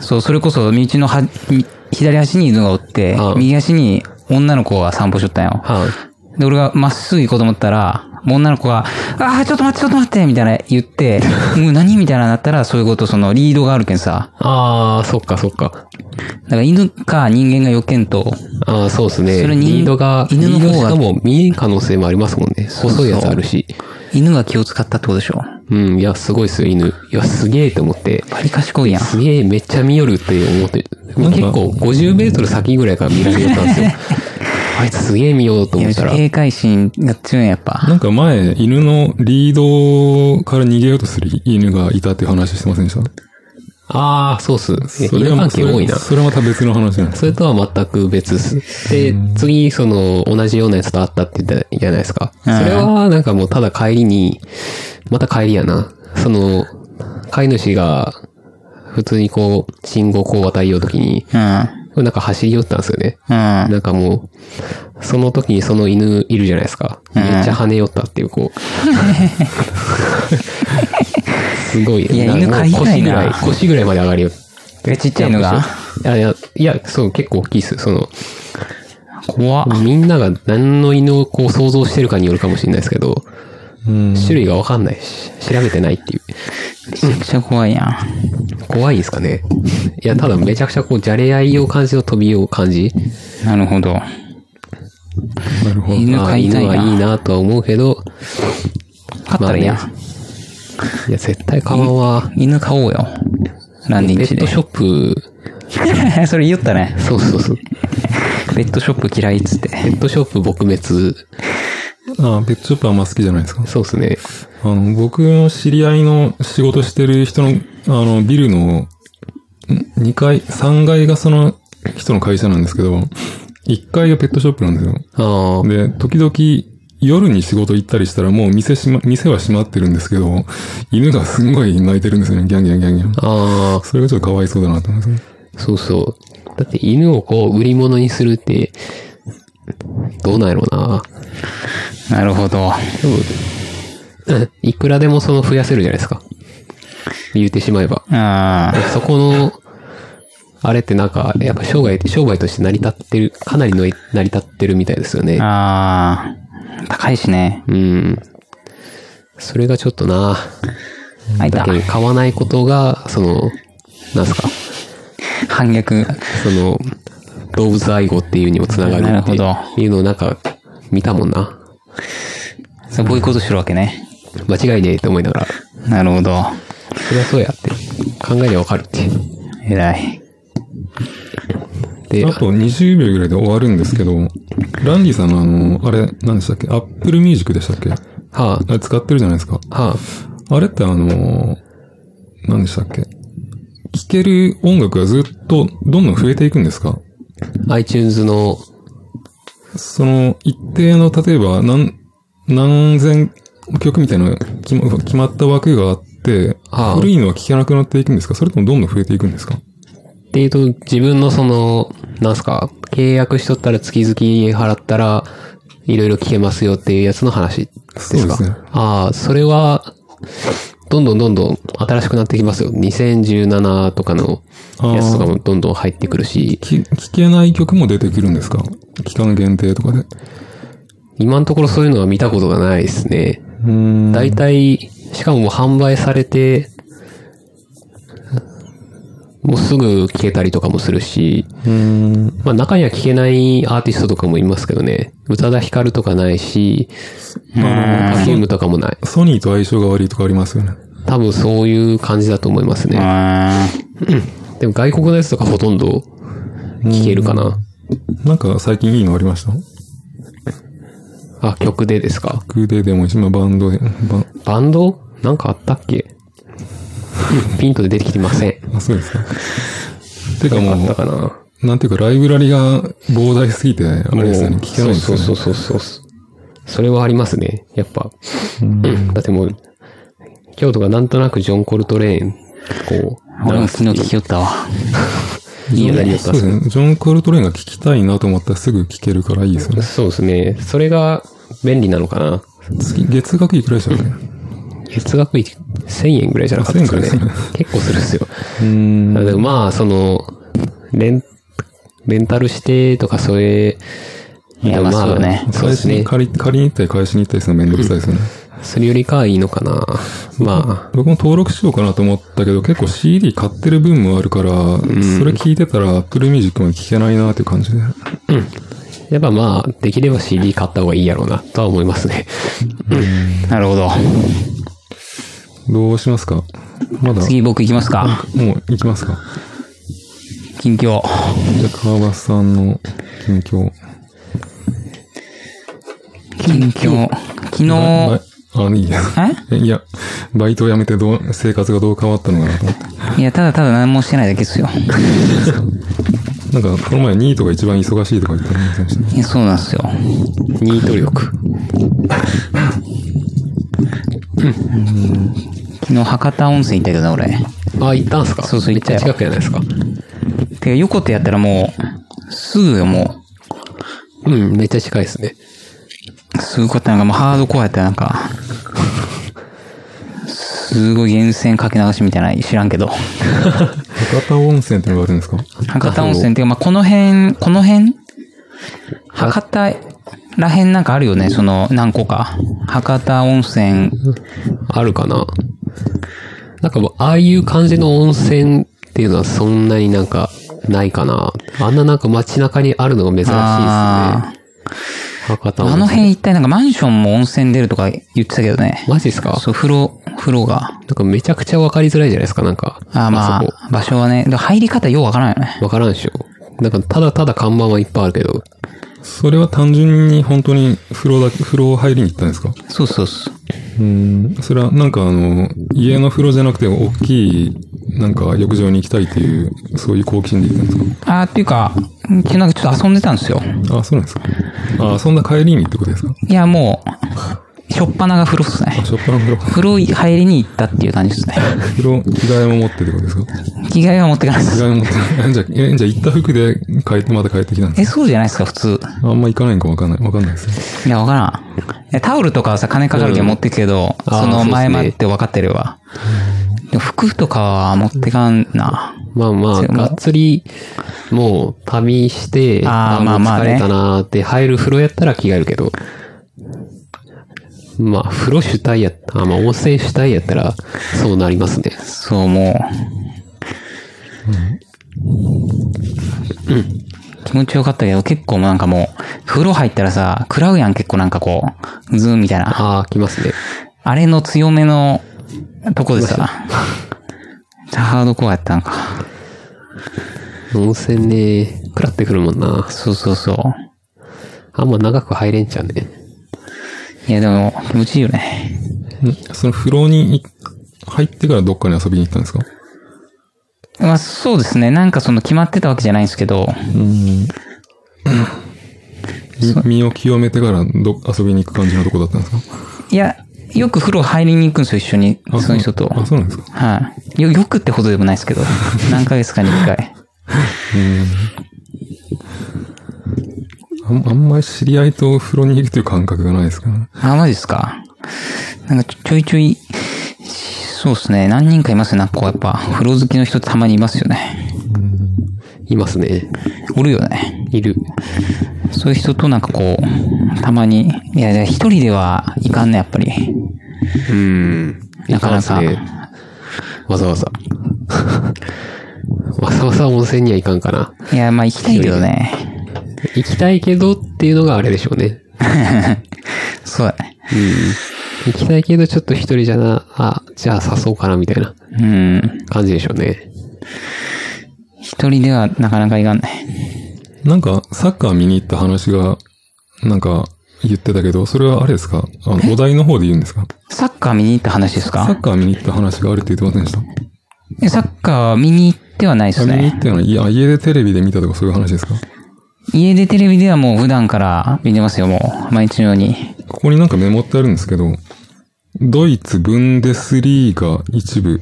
Speaker 2: そう、それこそ道のは、み左端に犬がおって
Speaker 1: ああ、
Speaker 2: 右端に女の子が散歩しとったんよ。
Speaker 1: はい、
Speaker 2: で、俺がまっすぐ行こうと思ったら、もう女の子が、ああ、ちょっと待って、ちょっと待って、みたいな言 って、もう何みたいななったら、そういうこと、そのリードがあるけんさ。
Speaker 1: ああ、そっかそっか。
Speaker 2: だから犬か人間がよけんと、
Speaker 1: ああ、そうです
Speaker 2: そ
Speaker 1: ね。
Speaker 2: れに
Speaker 1: リードが、
Speaker 2: 犬の方が
Speaker 1: リードしかも見えん可能性もありますもんね。
Speaker 2: うそう
Speaker 1: 細いやつあるし。
Speaker 2: 犬が気を使ったってことでしょ。
Speaker 1: うん、いや、すごいっすよ、犬。いや、すげえと思って。
Speaker 2: バリ賢いやん。
Speaker 1: すげえ、めっちゃ見よるって思って、もう結構50メートル先ぐらいから見られてたんですよ。あいつすげえ見ようと
Speaker 2: い
Speaker 1: 思
Speaker 2: や、
Speaker 1: ったら、
Speaker 2: 警戒心が強いんやっぱ。
Speaker 3: なんか前、犬のリードから逃げようとする犬がいたっていう話してませんでした
Speaker 1: ああ、そうっす。え
Speaker 3: は
Speaker 1: 犬関係多いな
Speaker 3: それ。それはまた別の話なんです。
Speaker 1: それとは全く別っす。で、次、その、同じようなやつと会ったって言ったじゃないですか。そ
Speaker 2: うん
Speaker 1: れは、なんかもう、ただ帰りに、また帰りやな。その、飼い主が、普通にこう、信号こう渡りようときに、
Speaker 2: うん。
Speaker 1: なんか走り寄ったんですよね。
Speaker 2: うん。
Speaker 1: なんかもう、その時にその犬いるじゃないですか。めっちゃ跳ね寄ったってい う、こう。すごい。
Speaker 2: いや
Speaker 1: んかもう
Speaker 2: 犬飼いたいな
Speaker 1: 腰ぐらい、腰ぐらいまで上がるよ。
Speaker 2: え、ちっちゃいのが
Speaker 1: いやいや、いや、そう、結構大きいっす。その、
Speaker 2: 怖っ。
Speaker 1: みんなが何の犬をこう想像してるかによるかもしれないですけど、
Speaker 3: うん。
Speaker 1: 種類がわかんないし、調べてないっていう。
Speaker 2: めちゃくちゃ怖いやん。
Speaker 1: 怖いんですかね。いや、ただめちゃくちゃこう、じゃれ合いを感じの飛びを感じ。
Speaker 2: なるほど。
Speaker 3: なるほど。
Speaker 2: 犬
Speaker 1: まあ
Speaker 2: 飼いたい
Speaker 1: 犬はいい
Speaker 2: な。
Speaker 1: なとは思うけど、
Speaker 2: 飼ったらいいや
Speaker 1: まあ
Speaker 2: ん。
Speaker 1: いや、絶対カバンは、
Speaker 2: 犬飼おうよ。ランディ
Speaker 1: ペ
Speaker 2: ンチ
Speaker 1: ット
Speaker 2: で。
Speaker 1: ショップ、
Speaker 2: それ言ったね。
Speaker 1: そうそうそう。
Speaker 2: ペットショップ嫌いっつって。
Speaker 1: ペットショップ撲滅。
Speaker 3: あ、ペットショップはあんま好きじゃないですか。
Speaker 1: そうですね。
Speaker 3: あの、僕の知り合いの仕事してる人の、あの、ビルの、ん2階、3階がその、人の会社なんですけど、1階がペットショップなんですよ。
Speaker 1: ああ。
Speaker 3: で、時々、夜に仕事行ったりしたらもう店しま、店は閉まってるんですけど、犬がすんごい泣いてるんですよね。ギャンギャンギャンギャン。
Speaker 1: ああ。
Speaker 3: それがちょっとかわいそうだなと思いますね。
Speaker 1: そうそう。だって犬をこう、売り物にするって、どうなんやろうな。
Speaker 2: なるほど。
Speaker 1: でも、いくらでもその増やせるじゃないですか。言うてしまえば。
Speaker 2: ああ。
Speaker 1: そこの、あれってなんか、やっぱ商売、商売として成り立ってる、かなりの成り立ってるみたいですよね。
Speaker 2: ああ。高いしね。
Speaker 1: うん。それがちょっとな、
Speaker 2: あい
Speaker 1: だ
Speaker 2: た
Speaker 1: け。ど買わないことが、その、なんすか、
Speaker 2: 反逆。
Speaker 1: その、動物愛護っていうにもつながる
Speaker 2: なる
Speaker 1: って
Speaker 2: ほど
Speaker 1: いうのをなんか、見たもんな。
Speaker 2: そうボイコートしてるわけね。
Speaker 1: 間違いねえって思いながら、
Speaker 2: なるほど。
Speaker 1: そりゃそうやって、考えりゃわかるっていう。
Speaker 2: 偉い。
Speaker 1: で、
Speaker 3: あと20秒ぐらいで終わるんですけど、ランディさんのあの、あれ、何でしたっけアップルミュージックでしたっけあ
Speaker 1: は
Speaker 3: れ使ってるじゃないですか。
Speaker 1: あ、はあ、
Speaker 3: あれってあの、何でしたっけ聴ける音楽がずっとどんどん増えていくんですか
Speaker 1: iTunes の、
Speaker 3: その、一定の、例えば、何、何千曲みたいな決ま決まった枠があって、
Speaker 1: ああ
Speaker 3: 古いのは聴けなくなっていくんですかそれともどんどん増えていくんですか
Speaker 1: っていうと、自分のその、なんすか、契約しとったら月々払ったら、いろいろ聞けますよっていうやつの話ですか
Speaker 3: そうですね
Speaker 1: ああ、それは、どんどんどんどん新しくなってきますよ。2017とかのやつとかもどんどん入ってくるし、
Speaker 3: き聴けない曲も出てくるんですか期間限定とかで。
Speaker 1: 今のところそういうのは見たことがないですね。
Speaker 3: うん。
Speaker 1: 大体、しかももう販売されて、もうすぐ聞けたりとかもするし、
Speaker 3: うん。
Speaker 1: まあ中には聞けないアーティストとかもいますけどね。宇多田ヒカルとかないし、
Speaker 3: あ
Speaker 1: パフュームとかもない。
Speaker 3: ソニーと相性が悪いとかありますよね。
Speaker 1: 多分そういう感じだと思いますね。
Speaker 2: あ
Speaker 1: でも外国のやつとかほとんど聞けるかな。
Speaker 3: なんか最近いいのありました
Speaker 1: あ、曲でですか。
Speaker 3: クーデーでも今バンドで、バン
Speaker 1: バンドなんかあったっけ うんピントで出てきてません。
Speaker 3: あ、そうですか。てか
Speaker 1: あっ
Speaker 3: も
Speaker 1: たかな。
Speaker 3: う、なんていうかライブラリが膨大すぎて、あれですよね、
Speaker 1: もう
Speaker 3: 聞けないんですよね。
Speaker 1: そうそうそうそう。それはありますね。やっぱ。うんだってもう、京都がなんとなくジョン・コルトレーン、こ
Speaker 2: あ。俺も昨日聞きよったわ。
Speaker 1: う、いいようなり
Speaker 3: そうですね。ジョン・コルトレーンが聞きたいなと思ったらすぐ聞けるからいいですよね。
Speaker 1: そうですね。それが便利なのかな。
Speaker 3: 月、月額いくらでしたっけ
Speaker 1: 月額い1000円ぐらいじゃなかったですかね
Speaker 3: 1000円ぐらいで。
Speaker 1: 結構するっすよ。
Speaker 3: うん。
Speaker 1: でもまあ、その、レン、レンタルしてとかそういう、
Speaker 2: いや
Speaker 1: でも
Speaker 2: まあそうね
Speaker 1: そう
Speaker 3: 返
Speaker 1: で
Speaker 3: し
Speaker 1: す
Speaker 3: に、
Speaker 1: ね。
Speaker 3: 借り、借りに行ったり返しに行ったりするのめんどくさいですよね。
Speaker 1: それよりかはいいのかな。ま
Speaker 3: 僕も登録しようかなと思ったけど、結構 CD 買ってる分もあるから、それ聞いてたら Apple Music も聞けないなっていう感じで。
Speaker 1: あ、やっぱまあ、できれば CD 買った方がいいやろうな、とは思いますね。
Speaker 2: なるほど。
Speaker 3: どうしますかまだ、
Speaker 2: 次僕行きますか。
Speaker 3: もう行きますか
Speaker 2: 近況。
Speaker 3: じゃあ、川端さんの近況。
Speaker 2: 近況。昨日、
Speaker 3: ばあ、いいや。えいや、バイトを辞めてどう、生活がどう変わったのかなと思って。
Speaker 2: いや、ただただ何もしてないだけですよ。
Speaker 3: なんか、この前ニートが一番忙しいとか言ってませんでした
Speaker 2: いやそうなんですよ。
Speaker 1: ニート力。
Speaker 2: 昨日、博多温泉行ったけどな、俺。
Speaker 1: あ、行ったんすか
Speaker 2: そうそう
Speaker 1: め
Speaker 2: 行っ
Speaker 1: っち
Speaker 2: た
Speaker 1: ゃ
Speaker 2: よ
Speaker 1: 近くじゃないですか。
Speaker 2: てか、横手やったらもう、すぐよ、も
Speaker 1: うん、めっちゃ近いですね。
Speaker 2: う。すごかった。なんかもうハードコアやったらなんか、すごい源泉かけ流しみたいな、知らんけど。
Speaker 3: 博多温泉ってのがあるんですか
Speaker 2: 博多温泉っていうか、まあ、この辺、この辺博多ら辺なんかあるよね、その何個か。博多温泉。
Speaker 1: あるかな。なんかもう、ああいう感じの温泉っていうのはそんなになんかないかな。あんななんか街中にあるのが珍しいですね。
Speaker 2: あ
Speaker 1: 博多
Speaker 2: あ
Speaker 1: 温泉。
Speaker 2: の辺一体なんかマンションも温泉出るとか言ってたけどね。
Speaker 1: マジですか
Speaker 2: そう、風呂、風呂が。
Speaker 1: なんかめちゃくちゃわかりづらいじゃないですか、なんか。
Speaker 2: ああま
Speaker 1: そこ
Speaker 2: あ、場所はね。で入り方ようわからんよね。
Speaker 1: わからんでしょ。なんかただただ看板はいっぱいあるけど。
Speaker 3: それは単純に本当に風呂だけ、風呂入りに行ったんですか
Speaker 2: そうそうそう。
Speaker 3: うん。それはなんかあの、家の風呂じゃなくて大きい、なんか浴場に行きたいっていう、そういう好奇心で行ったんです
Speaker 2: あーっていうか、昨日なんかちょっと遊んでたんですよ。
Speaker 3: かあ、そうなんですか。あ、そんな帰りにってことですか
Speaker 2: いや、もう、しょっぱなが風呂っすね
Speaker 3: あ、。しょっぱな風呂。
Speaker 2: 風呂入りに行ったっていう感じですね。
Speaker 3: 風呂、着替えも持ってってことですか
Speaker 2: 着替えは持ってかないで
Speaker 3: 着
Speaker 2: す。
Speaker 3: 替えも持って。えじゃあ、えじゃあ行った服で帰って、また帰ってきたんです
Speaker 2: え、そうじゃないですか、普通。
Speaker 3: かあんま行かないんかわかんない。わかんないです
Speaker 2: い
Speaker 3: ね。
Speaker 2: や、わからんいや。タオルとかはさ、金かかるけど持ってくけど、
Speaker 1: あー
Speaker 2: そ
Speaker 1: そうっ
Speaker 2: の
Speaker 1: すね
Speaker 2: 前まって分かってれば。でも服とかは持ってかんな。
Speaker 1: まあまあ、がっつり、もう、旅して、
Speaker 2: あー
Speaker 1: ー
Speaker 2: まあまあ
Speaker 1: もう
Speaker 2: ね
Speaker 1: 疲れたなーって、入る風呂やったら着替えるけど、まあ、風呂主体やった、あまあ、温泉主体やったら、そうなりますね。
Speaker 2: そう、もう。気持ちよかったけど、結構もうなんかもう、風呂入ったらさ、食らうやん、結構なんかこう、ズーンみたいな。
Speaker 1: ああ、来ますね。
Speaker 2: あれの強めのとこでさ、ハードコアやったんか。
Speaker 1: 温泉ね、食らってくるもんな。
Speaker 2: そうそうそう。
Speaker 1: あんま長く入れんちゃうね。
Speaker 2: いや、でも、気持ちいいよね。
Speaker 3: んその風呂にい入ってからどっかに遊びに行ったんですか
Speaker 2: まあ、そうですね。なんかその決まってたわけじゃないんですけど、
Speaker 3: み身を清めてからど遊びに行く感じのとこだったんですか
Speaker 2: いや、よく風呂入りに行くんですよ、一緒に。
Speaker 3: あ
Speaker 2: その人と。
Speaker 3: あ、そうなんですか
Speaker 2: はい。よ、よくってほどでもないですけど、何ヶ月かに一回。
Speaker 3: あんあんまり知り合いと風呂に行くという感覚がないですから、ね。
Speaker 2: あ、マジですか。なんかちょちょいちょい、そうですね。何人かいますね。なんかこうやっぱ、風呂好きの人ってたまにいますよね。
Speaker 1: いますね。
Speaker 2: おるよね。
Speaker 1: いる。
Speaker 2: そういう人となんかこう、たまに、いや、じゃあ一人ではいかんね、やっぱり。
Speaker 1: うん。
Speaker 2: なかなか
Speaker 1: いんすねわざわざ。 わざわざ温泉には行かんかな。
Speaker 2: いや、まあ行きたいけどね。
Speaker 1: 行きたいけどっていうのがあれでしょうね。
Speaker 2: そうだね。
Speaker 1: 行きたいけどちょっと一人じゃな、あ、じゃあ誘おうかなみたいな
Speaker 2: うん。
Speaker 1: 感じでしょうね。
Speaker 2: 一人ではなかなかいかんね。
Speaker 3: なんか、サッカー見に行った話が、なんか、言ってたけど、それはあれですかあの、お題の方で言うんですか
Speaker 2: サッカー見に行った話です
Speaker 3: サ
Speaker 2: か
Speaker 3: ッカー見に行った話があるって言ってませんでした
Speaker 2: えサッカーは見に行ってはないで
Speaker 3: あ
Speaker 2: す
Speaker 3: 見に行
Speaker 2: ね
Speaker 3: っ。てのは、いや、家でテレビで見たとかそういう話ですか
Speaker 2: 家でテレビではもう普段から見てますよ、もう。毎日のように。
Speaker 3: ここになんかメモってあるんですけど、ドイツブンデスリーガ一部、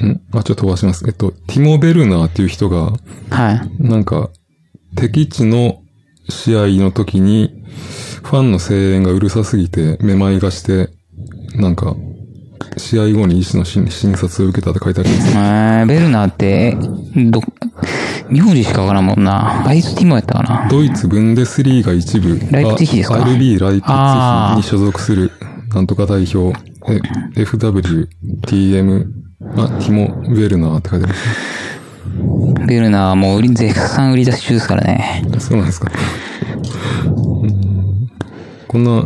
Speaker 3: んあ、ちょっと飛ばします。えっと、ティモ・ベルナーっていう人が、
Speaker 2: はい。
Speaker 3: なんか、敵地の試合の時に、ファンの声援がうるさすぎて、めまいがして、なんか、試合後に医師の診診察を受けたって書いてあります。
Speaker 2: えー、ベルナーって、えど、名字しかわからんもんな。アイスティモやったかな。
Speaker 3: ドイツブンデスリーガ一部が、
Speaker 2: ライプツィヒですか
Speaker 3: RB ライプツィ
Speaker 2: あ
Speaker 3: ヒ
Speaker 2: ー
Speaker 3: に所属する、なんとか代表、え FWTM、あ、ティモ・ウェルナーって書いてあります
Speaker 2: ベルナーはもう売り、絶賛売り出し中ですからね。
Speaker 3: ね。そうなんですか。うんこんな、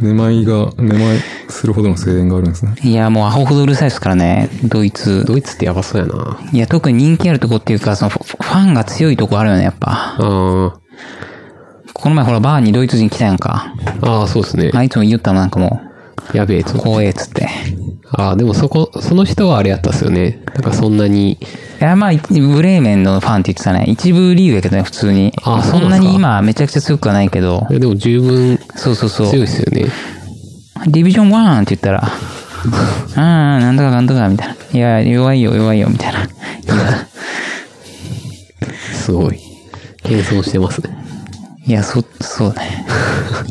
Speaker 3: めまいが、めまいするほどの声援があるんですね。
Speaker 2: いや、もうアホほどうるさいですからね、ドイツ。
Speaker 1: ドイツってやばそうやな。
Speaker 2: いや、特に人気あるとこっていうか、そのフファンが強いとこあるよね、やっぱ。
Speaker 1: あ
Speaker 2: この前ほら、バーにドイツ人来たやんか。
Speaker 1: ーあー、そうですね。
Speaker 2: あいつも言ったのなんかも
Speaker 1: やべえ
Speaker 2: う、
Speaker 1: と。
Speaker 2: 光栄っつって。
Speaker 1: ああ、でもそこ、その人はあれやったっすよね。なんかそんなに、
Speaker 2: いや、まあ、いブレーメンのファンって言ってたね。一部理由やけどね、普通に。
Speaker 1: あそう
Speaker 2: そ
Speaker 1: なん
Speaker 2: んな
Speaker 1: ですか
Speaker 2: に今、めちゃくちゃ強くはないけど。
Speaker 1: でも十分
Speaker 2: そうそうそう。
Speaker 1: 強いっすよね。
Speaker 2: ディビジョン1って言ったら、 うん、なんとかなんとか、みたいな。いや、弱いよ、弱いよ、みたいな。いや、
Speaker 1: すごい。謙遜してますね。
Speaker 2: いやそ、そうだね。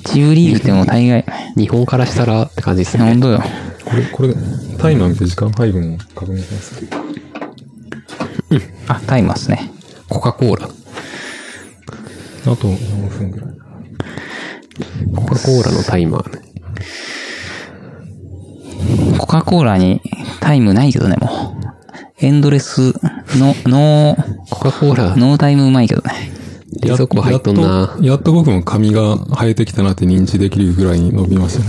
Speaker 2: チブリーグってもう大概。い
Speaker 1: 日本からしたらって感じです
Speaker 2: や、
Speaker 1: ね。
Speaker 2: ほんとよ。
Speaker 3: これ、これ、タイマー見て時間配分を確認します。
Speaker 2: あ、タイマーっすね。
Speaker 1: コカ・コーラ。コ
Speaker 3: あと4分くらい。
Speaker 1: カ・コーラのタイマーね。
Speaker 2: コカ・コーラにタイムないけどね、もう。エンドレスの、ノー、
Speaker 1: コカ・コーラ、
Speaker 2: ノータイムうまいけどね。
Speaker 1: 冷蔵庫入っとんな。
Speaker 3: やっと。やっと僕も髪が生えてきたなって認知できるぐらいに伸びましたね。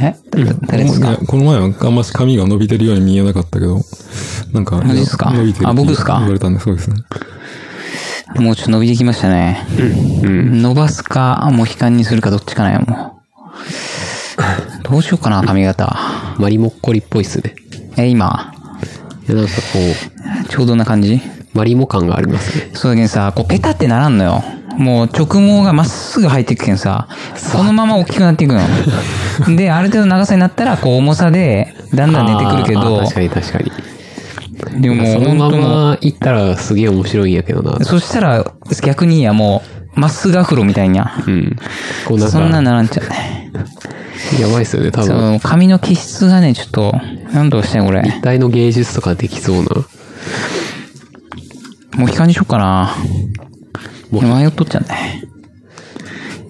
Speaker 2: え誰です
Speaker 3: い
Speaker 2: か
Speaker 3: やこの前はあんまし髪が伸びてるように見えなかったけど、なんか、
Speaker 2: マジっすか
Speaker 3: 伸びてる
Speaker 2: あ僕っすか
Speaker 3: 言われたんで、そうですね。
Speaker 2: もうちょっと伸びてきましたね。伸ばすか、もう悲観にするかどっちかなよ、もう。どうしようかな、髪型。
Speaker 1: マリモッコリっぽいっすね。
Speaker 2: え、今
Speaker 1: いや、なんかこ
Speaker 2: ちょうどな感じ
Speaker 1: う、マリモ感がありますね。
Speaker 2: そうだけどさ、こうペタってならんのよ。もう直毛がまっすぐ入っていくけんさ、そのまま大きくなってい くの。で、ある程度の長さになったら、こう重さで、だんだん出てくるけ
Speaker 1: あー
Speaker 2: ど
Speaker 1: あー、確かに確かに。
Speaker 2: でも
Speaker 1: そ
Speaker 2: もう
Speaker 1: の
Speaker 2: 本
Speaker 1: ま
Speaker 2: 当も
Speaker 1: ま行ったらすげえ面白いんやけどな
Speaker 2: う、。そしたら逆にやもう、まっすぐアフロみたいにゃ。
Speaker 1: うん。こうなん
Speaker 2: そんな
Speaker 1: か、
Speaker 2: ならんちゃうね。
Speaker 1: やばいっすよね、多
Speaker 2: そ
Speaker 1: 分。
Speaker 2: の髪の毛質がね、ちょっと、なんとかしたいこれ。
Speaker 1: 立体の芸術とかできそうな。
Speaker 2: モヒカンにしよっかな。迷っとっちゃうね。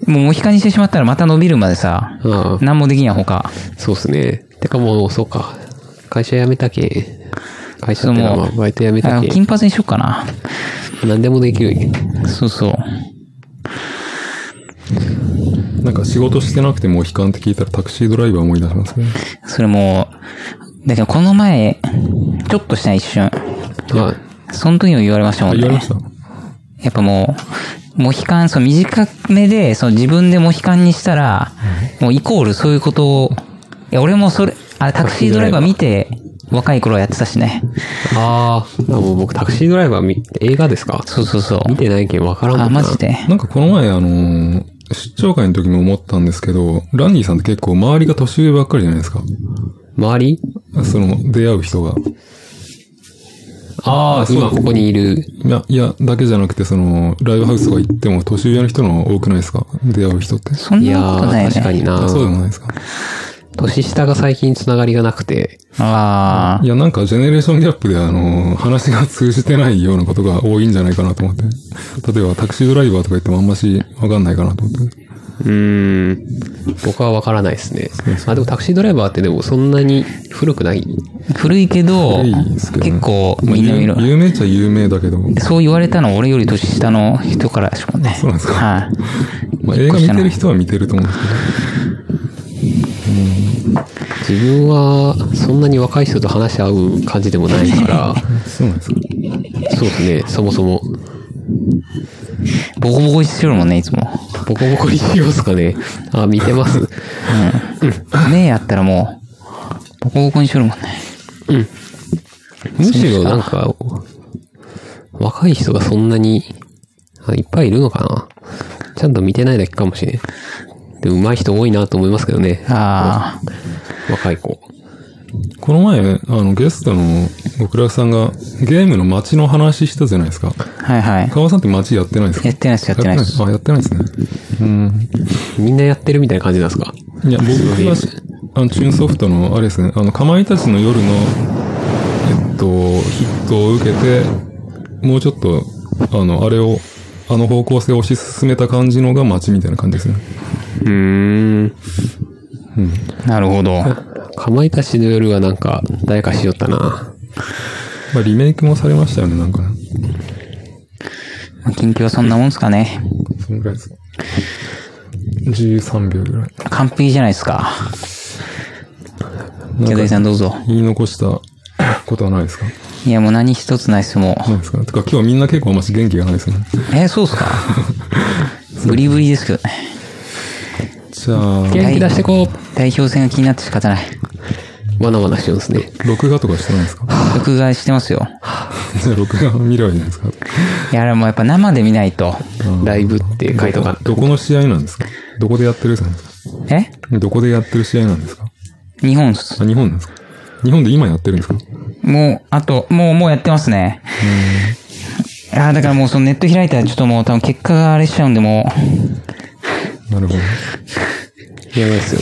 Speaker 2: もうモヒカンにしてしまったらまた伸びるまでさ、
Speaker 1: ああ、
Speaker 2: なんもできんや他。
Speaker 1: そうっすね。てかもう、そうか。会社辞めたけ。会社
Speaker 2: そ
Speaker 1: っ
Speaker 2: う
Speaker 1: てか、
Speaker 2: もう
Speaker 1: まあ、バイト辞めた
Speaker 2: あ
Speaker 1: け。
Speaker 2: 金髪にしよっかな。
Speaker 1: 何でもできるんやけど。
Speaker 2: そうそう。
Speaker 3: なんか仕事してなくても悲観って聞いたらタクシードライバー思い出しますね。
Speaker 2: それもう、だけどこの前、ちょっとした一瞬。
Speaker 1: はい。
Speaker 2: その時も言われました
Speaker 3: あ、
Speaker 2: もん
Speaker 3: 言われま
Speaker 2: ね
Speaker 3: し。た
Speaker 2: やっぱもう、モヒカン、そう短めで、そう自分でモヒカンにしたら、もうイコールそういうことを、いや俺もそれ、あれタクシードライバー見て、若い頃やってたしね。
Speaker 1: あーあ、もう僕タクシードライバー見、映画ですか
Speaker 2: そうそうそう。
Speaker 1: 見てないけんわからんも
Speaker 2: あ、
Speaker 1: んな。
Speaker 2: マジで。
Speaker 3: なんかこの前あのー出張会の時も思ったんですけど、ランディさんって結構周りが年上ばっかりじゃないですか。
Speaker 1: 周り
Speaker 3: その、出会う人が。
Speaker 1: ああ、
Speaker 3: そう
Speaker 1: 今ここにいる。
Speaker 3: いや、いや、だけじゃなくて、その、ライブハウスとか行っても年上の人の方が多くないですか出会う人って。
Speaker 2: そん
Speaker 1: いや
Speaker 2: なことないよ
Speaker 1: ー、確か
Speaker 2: ね。
Speaker 1: にな
Speaker 3: あ。そうでもないですか
Speaker 1: 年下が最近つながりがなくて、
Speaker 2: あ
Speaker 3: いや、なんか、ジェネレーションギャップで、あのー話が通じてないようなことが多いんじゃないかなと思って。例えば、タクシードライバーとか言ってもあんまし、わかんないかなと思って。
Speaker 1: うーん、僕はわからないですね。あ、でもタクシードライバーってでもそんなに古くない
Speaker 2: あ、古いけど、
Speaker 3: 古いですけどね
Speaker 2: 結構
Speaker 3: まあ
Speaker 2: みんな見
Speaker 3: 有
Speaker 2: る。
Speaker 3: 有名っちゃ有名だけど、
Speaker 2: そう言われたの俺より年下の人からでしもんね。
Speaker 3: そうなんですか
Speaker 2: はい、
Speaker 3: まあ、映画見てる人は見てると思うんですけど。
Speaker 1: 自分はそんなに若い人と話し合う感じでもない から、
Speaker 3: そうなんですか。
Speaker 1: そうですね、そもそも。
Speaker 2: ボコボコにしてるもんね、い つも。
Speaker 1: ボコボコにしようっすかね。あ、見てます。
Speaker 2: 目やったらもう、ボコボコにしてるもんね。
Speaker 1: むしろなんか、若い人がそんなに、あいっぱいいるのかなちゃんと見てないだけかもしれん。で、上手い人多いなと思いますけどね。
Speaker 2: あ
Speaker 1: 若い子。
Speaker 3: この前、あの、ゲストの極楽さんが、ゲームの街の話したじゃないですか。
Speaker 2: あ、はいはい。
Speaker 3: 川さんって街やってないんですか
Speaker 2: やってないです、やってないです。
Speaker 3: あ、やってないですね。
Speaker 1: みんなやってるみたいな感じなんですか
Speaker 3: いや、僕はし、あの、チューンソフトの、あれですね、あの、かまいたちの夜の、えっと、ヒットを受けて、もうちょっと、あの、あれを、あの方向性を推し進めた感じのが街みたいな感じですね。
Speaker 1: うーん。
Speaker 2: なるほど。
Speaker 1: かまいたちの夜はなんか、誰かしよったな。
Speaker 3: まあ、リメイクもされましたよね、なんかね。
Speaker 2: まあ近況はそんなもんすかね。
Speaker 3: そのぐらいですか。13秒ぐらい。
Speaker 2: 完璧じゃないですか。じゃあ、大地さんどうぞ。
Speaker 3: 言い残したことはないですか
Speaker 2: いや、もう何一つないっす、もう
Speaker 3: な。いですかてか、今日みんな結構あんまし元気がないですね。
Speaker 2: えーそうっ すかブリブリですけどね。
Speaker 3: じゃあ、
Speaker 1: 元気出してこ
Speaker 2: 代表戦が気になって仕方 ない。
Speaker 1: う。わなわなしようんですね。
Speaker 3: 録画とかしてないですか
Speaker 2: 録画してますよ。
Speaker 3: じゃあ、録画見ればいいじゃないですか。
Speaker 2: いや、あれもうやっぱ生で見ないと。
Speaker 1: ライブって書いとか
Speaker 3: どこの試合なんですかどこでやってるやつなんです
Speaker 2: え
Speaker 3: かどこでやってる試合なんですか
Speaker 2: 日本っす。
Speaker 3: あ、日本なんですか日本で今やってるんですか
Speaker 2: もう、あと、もう、もうやってますね。ああ、だからもうそのネット開いたらちょっともう多分結果があれしちゃうんで、も
Speaker 3: なるほど。
Speaker 1: やばいっすよ。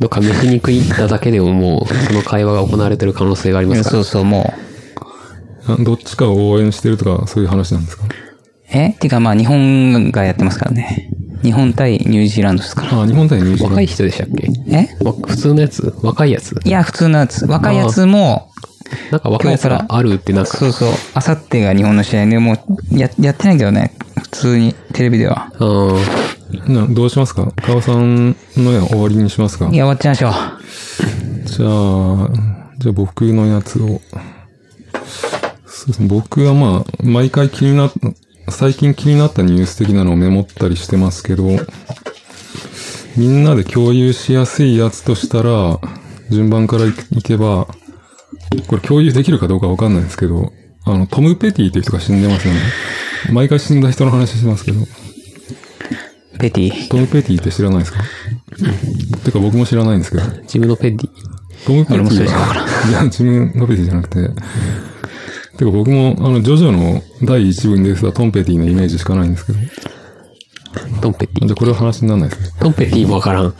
Speaker 1: どっか飯肉行っただけでももう、その会話が行われてる可能性がありま
Speaker 2: う、
Speaker 1: すから。
Speaker 2: そうそう、も
Speaker 3: あどっちかを応援してるとか、そういう話なんですか
Speaker 2: う。えっていうかまあ日本がやってますからね。日本対ニュージーランドですから。
Speaker 3: あ、日本対ニュージーラン
Speaker 1: 若
Speaker 3: ド
Speaker 1: い。人でしたっけ
Speaker 2: え
Speaker 1: わ普通のやつ若いやつ
Speaker 2: いや、普通のやつ。若いやつも、
Speaker 1: なんか若いやつがあるってなんか、
Speaker 2: そうそう、あさってが日本の試合で、もう、や、やってないけどね。普通に、テレビでは。
Speaker 1: うん。
Speaker 3: などうしますか川さんのや終わりにします
Speaker 2: い
Speaker 3: かじゃ
Speaker 2: や、終わっちゃいましょう。
Speaker 3: あ、じゃあ僕のやつを。そうですね。僕はまあ、毎回気になっ、最近気になったニュース的なのをメモったりしてますけど、みんなで共有しやすいやつとしたら、順番からいいけば、これ共有できるかどうかわかんないですけど、あの、トム・ペティという人が死んでますよね。毎回死んだ人の話しますけど、
Speaker 2: ペティ。
Speaker 3: トム・ペティって知らないですか てか僕も知らないんですけど、
Speaker 1: ジムのペディ。
Speaker 3: トム・ペテ
Speaker 2: 俺もそ
Speaker 3: ィ
Speaker 2: れしかわから
Speaker 3: は、いや、ジム・ノペティじゃなくて、てか僕も、あの、ジョジョの第一部に出てたトンペティのイメージしかないんですけど、じ
Speaker 1: トンペティ。
Speaker 3: ゃあこれは話にならないですね。
Speaker 1: トンペティもわから ん。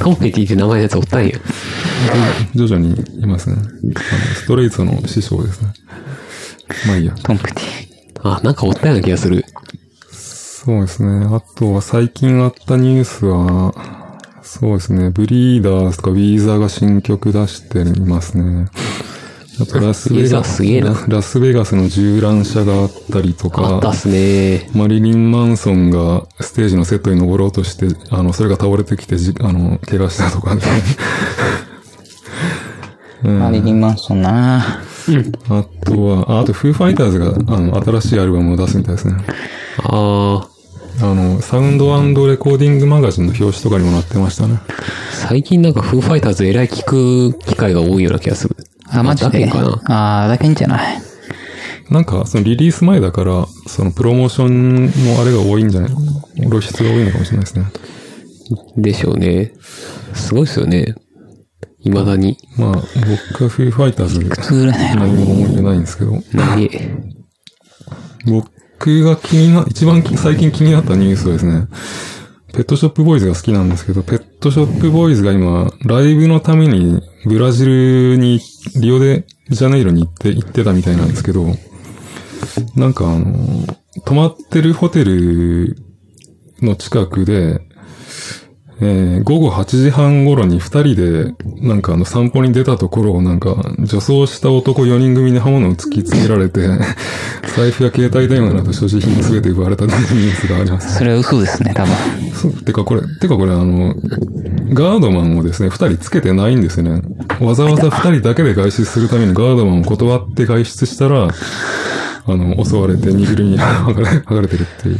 Speaker 1: トンペティって名前のやつおったんや。
Speaker 3: 徐々にいますね。あのストレイトの師匠ですね。まあいいや。
Speaker 2: トンプテ
Speaker 1: あ、なんかおったような気がする。
Speaker 3: そうですね。あとは最近あったニュースは、そうですね。ブリーダーズとかウィーザーが新曲出していますね。あとラスベ
Speaker 1: ウィーザー
Speaker 3: ガス
Speaker 1: すげえな
Speaker 3: ララスベガスの銃乱射があったりと
Speaker 1: あったっ
Speaker 3: か、
Speaker 1: すね。
Speaker 3: マリリン・マンソンがステージのセットに登ろうとして、あの、それが倒れてきてじ、あの、怪我したとかね。
Speaker 2: ィ。マリリン・マンソンな
Speaker 3: あとは、ああと、フーファイターズが、あの、新しいアルバムを出すみたいですね。
Speaker 1: あ
Speaker 3: あの、サウンドレコーディングマガジンの表紙とかにもなってましたね。
Speaker 1: ー、最近なんかフーファイターズえらい聞く機会が多いような気がする。
Speaker 2: あ、マジで。
Speaker 1: だけかな。
Speaker 2: あー、だけんじゃない。
Speaker 3: なんか、そのリリース前だから、そのプロモーションのあれが多いんじゃない露出が多いのかもしれないですね。
Speaker 1: でしょうね。すごいっすよね。未だに。
Speaker 3: まあ、僕はフーファイターズ
Speaker 2: 普通ぐらいだよ。
Speaker 3: 何も思い出ないんですけど、
Speaker 1: 投げ。
Speaker 3: 僕が気にな、一番最近気になったニュースはですね、ペットショップボーイズが好きなんですけど、ペットショップボーイズが今、ライブのためにブラジルに、リオデジャネイロに行って、行ってたみたいなんですけど、なんかあの、泊まってるホテルの近くで、えー午後8時半頃に二人で、なんかあの散歩に出たところをなんか、女装した男4人組に刃物を突きつけられて、財布や携帯電話など所持品すべて奪われたというニュースがあります。
Speaker 2: それは嘘ですね、多分。
Speaker 3: そう、 てかこれ、てかこれあの、ガードマンをですね、二人つけてないんですよね。わざわざ二人だけで外出するためにガードマンを断って外出したら、あの、襲われて身ぐるみに 剥がれ剥がれてるっていう。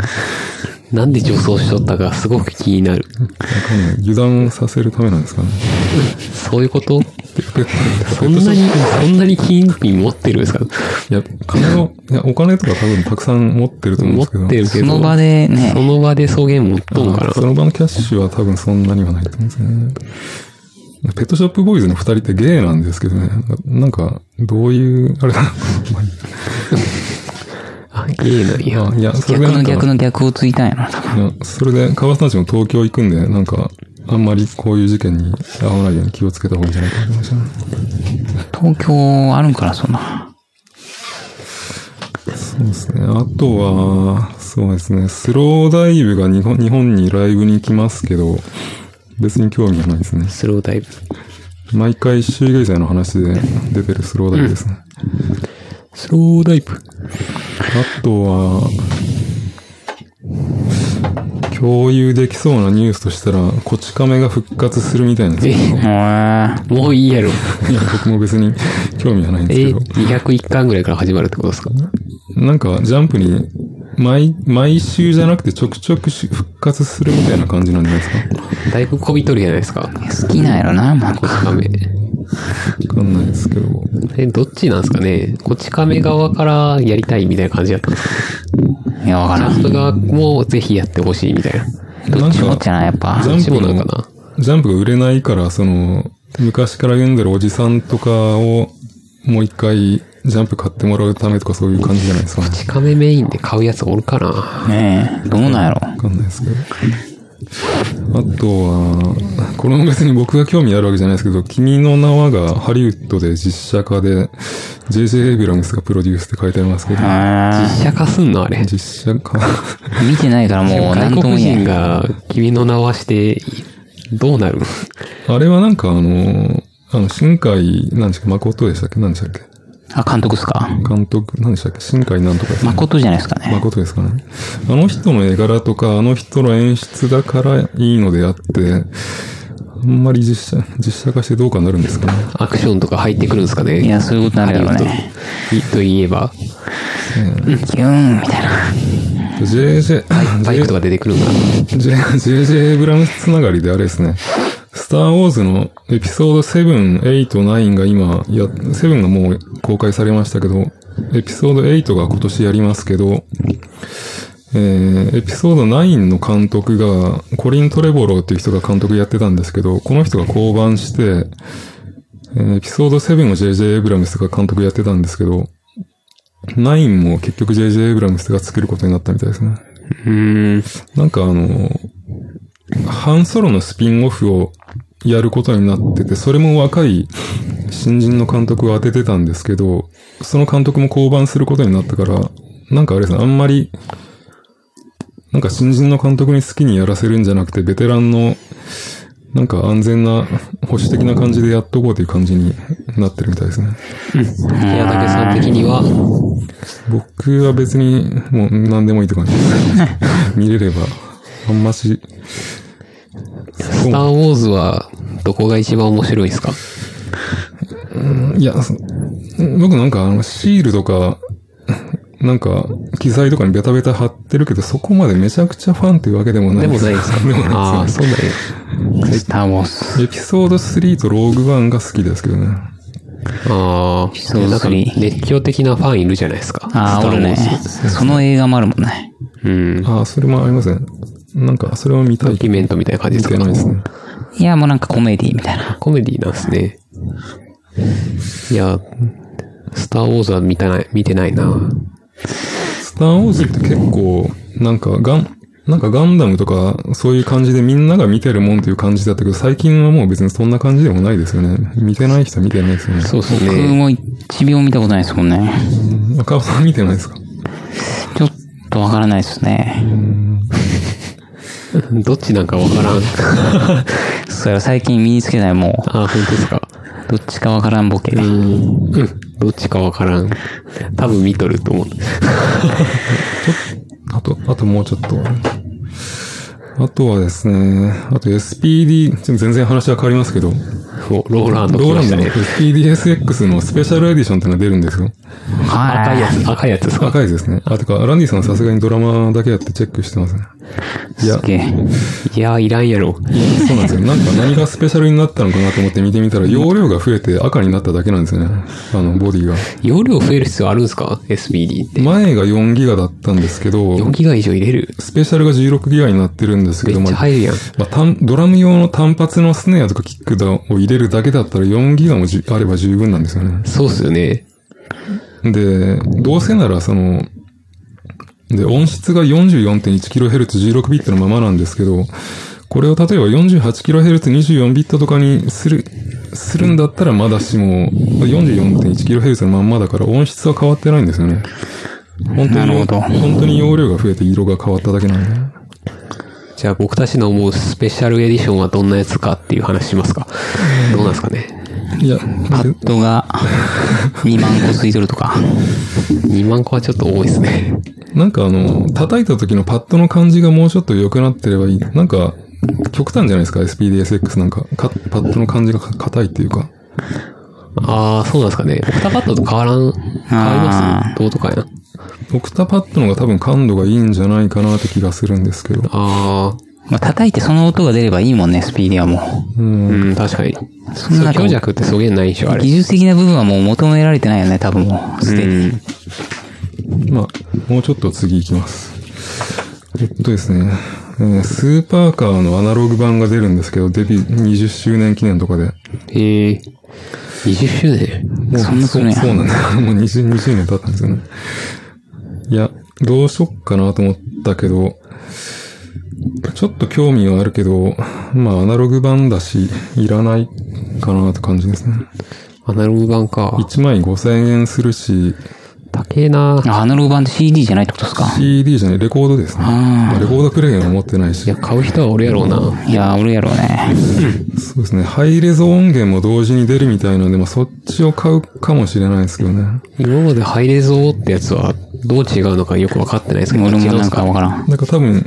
Speaker 1: なんで女装しとったかすごく気になる。
Speaker 3: わかんない。油断させるためなんですかね。
Speaker 1: そういうこと
Speaker 3: てかペット
Speaker 1: そんなに、そんなに金品持ってるんですか
Speaker 3: いや、金を、いや、お金とか多分たくさん持ってると思うん
Speaker 1: 持っ
Speaker 3: ですけど。
Speaker 1: てるけ
Speaker 2: そ
Speaker 1: ど。
Speaker 2: の場で
Speaker 1: そ
Speaker 2: ね、
Speaker 1: の場で草原持っとんか
Speaker 3: あそ
Speaker 1: な。
Speaker 3: の場のキャッシュは多分そんなにはないと思うんですよね。ペットショップボーイズの二人ってゲイなんですけどね。なんか、どういう、あれだな。まあいい
Speaker 1: あ、ゲーなんや。
Speaker 3: や、いや、それ
Speaker 2: 逆
Speaker 3: でな
Speaker 2: の
Speaker 3: んか
Speaker 2: 逆の逆をついたんやな、多分。
Speaker 3: いやそれで、川端たちも東京行くんで、なんか、あんまりこういう事件に合わないように気をつけた方がいいんじゃないかと思いましたね。
Speaker 2: 東京あるんかな、そんな。
Speaker 3: そうですね。あとは、そうですね。スローダイブが日本日本にライブに来ますけど、別に興味はないですね。
Speaker 1: スローダイブ。
Speaker 3: 毎回、周芸祭の話で出てるスローダイブですね。
Speaker 1: スローダイブ。
Speaker 3: あとは、共有できそうなニュースとしたら、こち亀が復活するみたいなんですけど、
Speaker 2: へー
Speaker 1: もういいやろ。
Speaker 3: いや、僕も別に興味はないんで
Speaker 1: え
Speaker 3: すけ
Speaker 1: ー、
Speaker 3: ど。
Speaker 1: 201巻ぐらいから始まるってことですか
Speaker 3: なんか、ジャンプに、毎、毎週じゃなくてちょくちょくし復活するみたいな感じなんじゃないですか
Speaker 1: だいぶこびとるじゃないですか。
Speaker 2: 好きなんやろな、ま
Speaker 1: こち亀。
Speaker 3: わかんないですけど。
Speaker 1: え、どっちなんですかねこち亀側からやりたいみたいな感じだったんですか
Speaker 2: あ。いや、わからん。
Speaker 1: 人側もぜひやってほしいみたいな。
Speaker 3: なん
Speaker 2: ちもっち
Speaker 3: か、
Speaker 2: ゃない、やっぱ
Speaker 3: ジ。ャンプ
Speaker 1: どっちもな
Speaker 3: の
Speaker 1: のか、
Speaker 3: ジャンプが売れないから、その、昔から読んでるおじさんとかを、もう一回、ジャンプ買ってもらうためとかそういう感じじゃないですかね。
Speaker 1: こち亀メインで買うやつおるかな
Speaker 2: ねえ、どうなんやろ。
Speaker 3: わかんないですけど。あとは、これも別に僕が興味あるわけじゃないですけど、君の名はがハリウッドで実写化で、JJ エイブラムスがプロデュースって書いてありますけど、
Speaker 2: あ
Speaker 1: 実写化すんのあれ。
Speaker 3: 実写化、
Speaker 2: ー見てないからもう、な
Speaker 1: 外
Speaker 2: んとも
Speaker 1: 国
Speaker 2: 言え
Speaker 1: 人
Speaker 2: ん。
Speaker 1: が君の名はして、どうなる
Speaker 3: あれはなんかあの、あの、新海、何でしたっけ、誠でしたっけ何でしたっけ
Speaker 2: あ、監督っすか。
Speaker 3: 監督、何でしたっけ新海なんとかですね。
Speaker 2: 誠じゃないですかね。
Speaker 3: 誠ですかね。あの人の絵柄とか、あの人の演出だからいいのであって、あんまり実写、実写化してどうかなるんですかね。
Speaker 1: アクションとか入ってくるんですかね
Speaker 2: いや、そういうことなんだろうね。
Speaker 1: ハリウッドといえば、
Speaker 2: キューンみたいな。
Speaker 3: JJ、
Speaker 1: バイクとか出てくるんだ。
Speaker 3: J- JJ エイブラムスつながりであれですね。スタター・ウォーズのエピソード7、8、9が今、や、7がもう公開されましたけど、エピソード8が今年やりますけど、えー、エピソード9の監督が、コリン・トレボローっていう人が監督やってたんですけど、この人が降板して、えーエピソード7を JJ エイブラムスが監督やってたんですけど、9も結局 JJ エイブラムスが作ることになったみたいですね。
Speaker 1: うん。
Speaker 3: なんかあの、ハンソロのスピンオフをやることになってて、それも若い新人の監督を当ててたんですけど、その監督も降板することになったから、なんかあれですね、あんまり、なんか新人の監督に好きにやらせるんじゃなくて、ベテランの、なんか安全な、保守的な感じでやっとこうという感じになってるみたいですね。
Speaker 1: 宮武さん的には、
Speaker 3: 僕は別に、もう何でもいいって感じです。見れれば、あんまし、
Speaker 1: スター・ウォーズは、どこが一番面白いですか
Speaker 3: いや、そ僕なんかあの、シールとか、なんか、機材とかにベタベタ貼ってるけど、そこまでめちゃくちゃファンっていうわけでもな
Speaker 1: で
Speaker 3: い。
Speaker 1: もないですか
Speaker 3: でもないです
Speaker 1: ああ、そうだよ。
Speaker 2: スターウォーズ。
Speaker 3: エピソード3とローグワンが好きですけどね。
Speaker 1: ああ、
Speaker 2: そうそう
Speaker 1: なんか熱狂的なファンいるじゃないですか。
Speaker 2: あ
Speaker 1: ス
Speaker 2: あ、
Speaker 1: ター
Speaker 2: 俺
Speaker 1: ウォ
Speaker 2: ね
Speaker 1: ーズ。、
Speaker 2: その映画もあるもんね。
Speaker 1: うん。
Speaker 3: ああ、それもありません。なんか、それは見た
Speaker 1: ド
Speaker 3: い。
Speaker 1: キュメントみたいな感じ
Speaker 3: 見
Speaker 1: です
Speaker 3: て
Speaker 1: か
Speaker 3: ないですね。
Speaker 2: いや、もうなんかコメディみたいな。
Speaker 1: コメディなんですね。いや、スター・ウォーズは見たない、見てないな。
Speaker 3: スターウォーズって結構、なんか、ガン、なんかガンダムとか、そういう感じでみんなが見てるもんっていう感じだったけど、最近はもう別にそんな感じでもないですよね。見てない人は見てないですよね。
Speaker 1: そうです
Speaker 2: 僕
Speaker 1: ね。
Speaker 2: も一秒見たことないですもんね。
Speaker 3: 赤尾さん見てないですか
Speaker 2: ちょっとわからないですね。
Speaker 1: どっちなんかわからん。
Speaker 2: それは最近身につけないも
Speaker 1: ああ、本当ですか。
Speaker 2: う、どっちかわからんボケ
Speaker 1: う。ん。うんどっちかわからん。多分見とると思う。
Speaker 3: あと、あともうちょっと。あとはですね、あと SPD、ちょっと全然話は変わりますけど、
Speaker 1: おローランド
Speaker 3: ロ
Speaker 1: 来
Speaker 3: ーラ
Speaker 1: ま
Speaker 3: ン
Speaker 1: した
Speaker 3: ドの
Speaker 1: ね。
Speaker 3: SPDSX のスペシャルエディションっていうのが出るんですよ。
Speaker 1: 赤いや
Speaker 2: は
Speaker 1: つ、赤いやつですか
Speaker 3: 赤いですね。あ、てか、ランディさんさすがにドラマだけやってチェックしてますね。
Speaker 2: い。すげえ。
Speaker 1: いやー、いらんやろ。
Speaker 3: そうなんですよ。なんか何がスペシャルになったのかなと思って見てみたら、容量が増えて赤になっただけなんですね。あの、ボディが。
Speaker 1: 容量増える必要あるんですか ?SBD って。
Speaker 3: 前が4ギガだったんですけ
Speaker 1: 4
Speaker 3: ど、
Speaker 1: ギガ以上入れる
Speaker 3: スペシャルが16ギガになってるんですけ
Speaker 1: め
Speaker 3: ど、
Speaker 1: っ
Speaker 3: ま
Speaker 1: ちゃ
Speaker 3: あ
Speaker 1: 入るやん。
Speaker 3: まあ、単ドラム用の単発のスネアとかキックだを入れるだけだったら4ギガもじあれば十分なんですよね。
Speaker 1: そうっすよね。
Speaker 3: で、どうせならその、で、音質が 44.1kHz16 ビットのままなんですけど、これを例えば 48kHz24 ビットとかにする、するんだったらまだしも、44.1kHz のまんまだから音質は変わってないんですよね。本当
Speaker 2: な
Speaker 3: に
Speaker 2: るほど
Speaker 3: 本当に容量が増えて色が変わっただけなんで。
Speaker 1: じゃあ僕たちの思うスペシャルエディションはどんなやつかっていう話しますかどうなんですかね
Speaker 3: いや、
Speaker 2: パッドが2万個ついとるとか。
Speaker 1: ?2 万個はちょっと多いですね。
Speaker 3: なんかあの、叩いた時のパッドの感じがもうちょっと良くなってればいい。なんか、極端じゃないですか、SPDSX なんか。かパッドの感じがか硬いっていうか。
Speaker 1: あー、そうなんですかね。オクタパッドと変わらん、変わりま
Speaker 2: あ
Speaker 1: すどうとかやな。
Speaker 3: オクタパッドの方が多分感度がいいんじゃないかなって気がするんですけど。
Speaker 1: あ
Speaker 2: まあ、叩いてその音が出ればいいもんね、スピーディはも
Speaker 1: ー、うん、確かに。
Speaker 2: そん
Speaker 1: そう
Speaker 2: な
Speaker 1: 強弱ってすげえないでしょ、あ
Speaker 2: う。
Speaker 1: れ
Speaker 2: 技。術的な部分はもう求められてないよね、多分もう。すでに。
Speaker 1: うん。
Speaker 3: まあ、もうちょっと次行きます。えっとですね、えースーパーカーのアナログ版が出るんですけど、デビュー20周年記念とかで。
Speaker 1: えー、20周年。
Speaker 3: もう
Speaker 2: そんなするんや
Speaker 3: そうそうなんだ。もう20、20年経ったんですよね。いや、どうしよっかなと思ったけど、ちょっと興味はあるけど、まあアナログ版だし、いらないかなって感じですね。
Speaker 1: アナログ版か。
Speaker 3: 1枚5000円するし、
Speaker 1: 高えな
Speaker 2: あアナログ版って CD じゃないってことですか
Speaker 3: CD じゃない、レコードですね。
Speaker 2: あ
Speaker 3: まあレコードプレイヤーも持ってない
Speaker 1: い
Speaker 3: し
Speaker 1: や、。買う人は俺やろうな。
Speaker 2: いや、俺やろうね。
Speaker 3: そうですね。ハイレゾ音源も同時に出るみたいなんで、まあそっちを買うかもしれないですけどね。
Speaker 1: 今までハイレゾーってやつはどう違うのかよく分かってないですけど、
Speaker 2: 俺も
Speaker 1: どっ
Speaker 2: な
Speaker 1: ち
Speaker 2: んかわ
Speaker 1: の
Speaker 2: からん。
Speaker 3: なんか多分、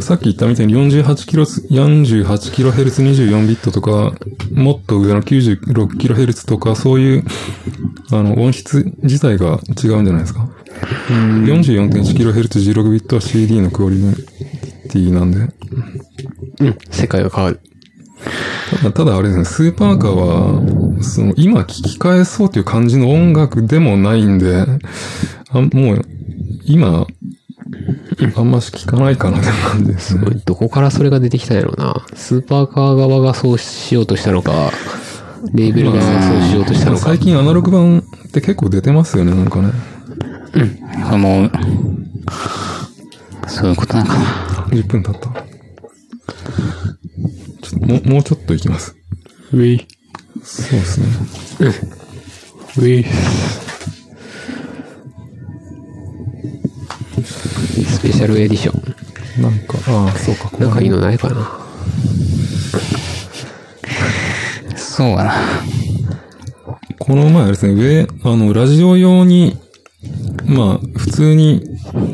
Speaker 3: さっき言ったみたいに48キロ、48キロヘルツ24ビットとか、もっと上の96キロヘルツとか、そういう、あの、音質自体が違うんじゃないですか。44.1キロヘルツ16ビットは CD のクオリティなんで。
Speaker 1: うん、世界が変わる。
Speaker 3: たただあれですね、スーパーカーは、その、今聞き返そうという感じの音楽でもないんで、あもう、今、あんまし聞かないかなって感じですね。
Speaker 1: どこからそれが出てきたんやろうな。スーパーカー側がそうしようとしたのか、レーベル側がそうしようとしたのか
Speaker 3: 最。近アナログ版って結構出てますよね、なんかね。
Speaker 2: その、そういうことなのかな。
Speaker 3: 10分経った。ちょっともう、もうちょっといきます。
Speaker 1: ウィー、
Speaker 3: そうですね。
Speaker 1: ウィー。スペシャルエディション。
Speaker 3: なんか、ああ、そうか、こ
Speaker 1: なん
Speaker 3: こ
Speaker 1: かいいのないかな。
Speaker 2: そうかな。
Speaker 3: この前あれですね、上、あの、ラジオ用に、まあ、普通に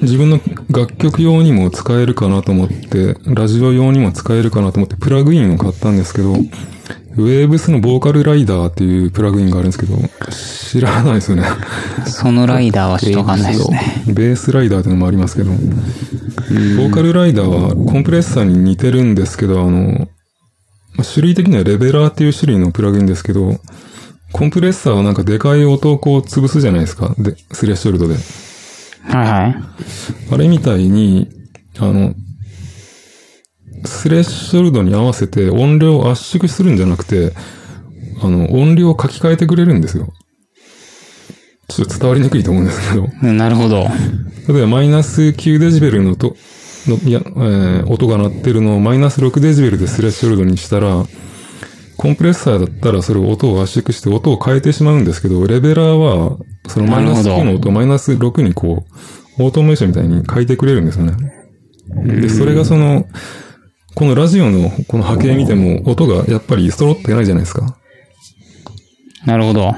Speaker 3: 自分の楽曲用にも使えるかなと思って、ラジオ用にも使えるかなと思ってプラグインを買ったんですけど、ウェーブスのボーカルライダーっていうプラグインがあるんですけど、知らないですよね。
Speaker 2: そのライダーはちょっとわかんないですね。
Speaker 3: ベースライダーっていうのもありますけど、ボーカルライダーはコンプレッサーに似てるんですけど、あの、まあ種類的にはレベラーっていう種類のプラグインですけど、コンプレッサーはなんかでかい音をこう潰すじゃないですか。で、スレッショルドで。
Speaker 2: はいはい。
Speaker 3: あれみたいに、あの、スレッショルドに合わせて音量を圧縮するんじゃなくて、あの、音量を書き換えてくれるんですよ。ちょっと伝わりにくいと思うんですけど。
Speaker 2: うんなるほど。
Speaker 3: 例えばマイナス9デジベルの音、のいや、えー音が鳴ってるのをマイナス6デジベルでスレッショルドにしたら、コンプレッサーだったらそれを音を圧縮して音を変えてしまうんですけど、レベラーは、そのマイナス
Speaker 2: なる
Speaker 3: 9
Speaker 2: ほど
Speaker 3: の音をマイナス6にこう、オートメーションみたいに変えてくれるんですよね。で、それがその、このラジオのこの波形見ても音がやっぱり揃ってないじゃないですか。
Speaker 2: なるほど。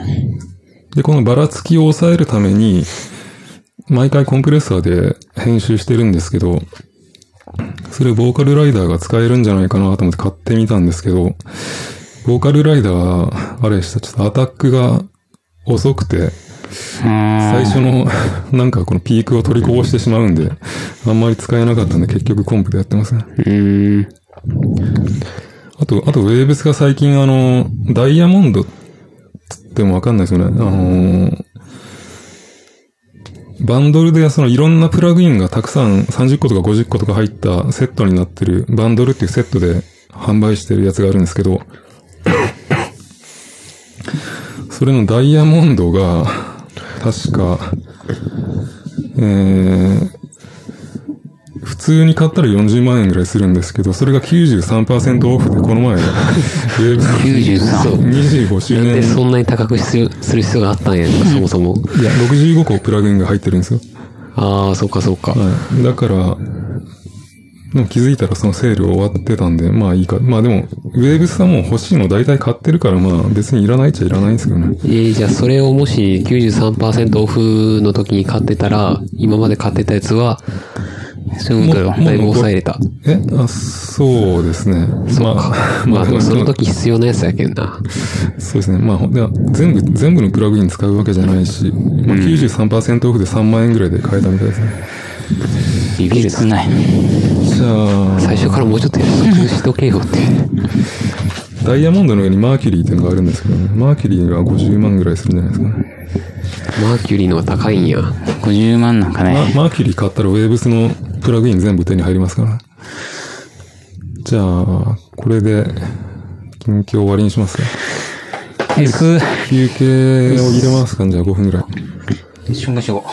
Speaker 3: で、このばらつきを抑えるために、毎回コンプレッサーで編集してるんですけど、それボーカルライダーが使えるんじゃないかなと思って買ってみたんですけど、ボーカルライダー、あれでした、ちょっとアタックが遅くて、
Speaker 2: 最
Speaker 3: 最初の なんかこのピークを取りこぼしてしまうんで、あんまり使えなかったんで結局コンプでやってますね。
Speaker 1: うーん。
Speaker 3: あと、あと、ウェーブスが最近あの、ダイヤモンドって言ってもわかんないですよね。あのーバンドルでそのいろんなプラグインがたくさん30個とか50個とか入ったセットになってる、バンドルっていうセットで販売してるやつがあるんですけど、それのダイヤモンドが、確か、えー、普通に買ったら40万円ぐらいするんですけど、それが93%オフで、この前、ウェブ
Speaker 2: 93
Speaker 3: 25周
Speaker 1: なん
Speaker 3: 年
Speaker 1: でそんなに高くするする必要があったんやんか、そもそも。
Speaker 3: いや、65個プラグインが入ってるんですよ。
Speaker 1: ああ、そっかそっか。
Speaker 3: はい。だから、でも気づいたらそのセール終わってたんで、まあいいか。まあでも、ウェーブスはもう欲しいの大体買ってるから、まあ別にいらないっちゃいらないんですけどね。
Speaker 1: えー、じゃあそれをもし93%オフの時に買ってたら、今まで買ってたやつは、
Speaker 2: そういうことよ。
Speaker 1: だいぶ抑えれた。
Speaker 3: えあ、そうですね。 まあ、
Speaker 1: まあでもその
Speaker 3: まあ
Speaker 1: 時必要なやつやけんな。
Speaker 3: そうですね。まあ、ほんで全部、全部のプラグイン使うわけじゃないし、まあ、93%オフで3万円ぐらいで買えたみたいですね。
Speaker 1: ビビる
Speaker 2: 切
Speaker 1: な。
Speaker 2: ない。
Speaker 3: じゃあ、
Speaker 1: 最初からもうちょっと安くしとけよ って。
Speaker 3: ダイヤモンドの上にマーキュリーっていうのがあるんですけどね。マーキュリーが50万ぐらいするんじゃないですかね。
Speaker 1: マーキュリーのは高いんや。
Speaker 2: 50万なんか
Speaker 3: ま
Speaker 2: ね。
Speaker 3: マーキュリー買ったらウェーブスのプラグイン全部手に入りますから。じゃあ、これで、近況終わりにしますか。
Speaker 2: S、
Speaker 3: 休憩を入れますかじゃあ5分ぐらい。
Speaker 2: しょんがしょ。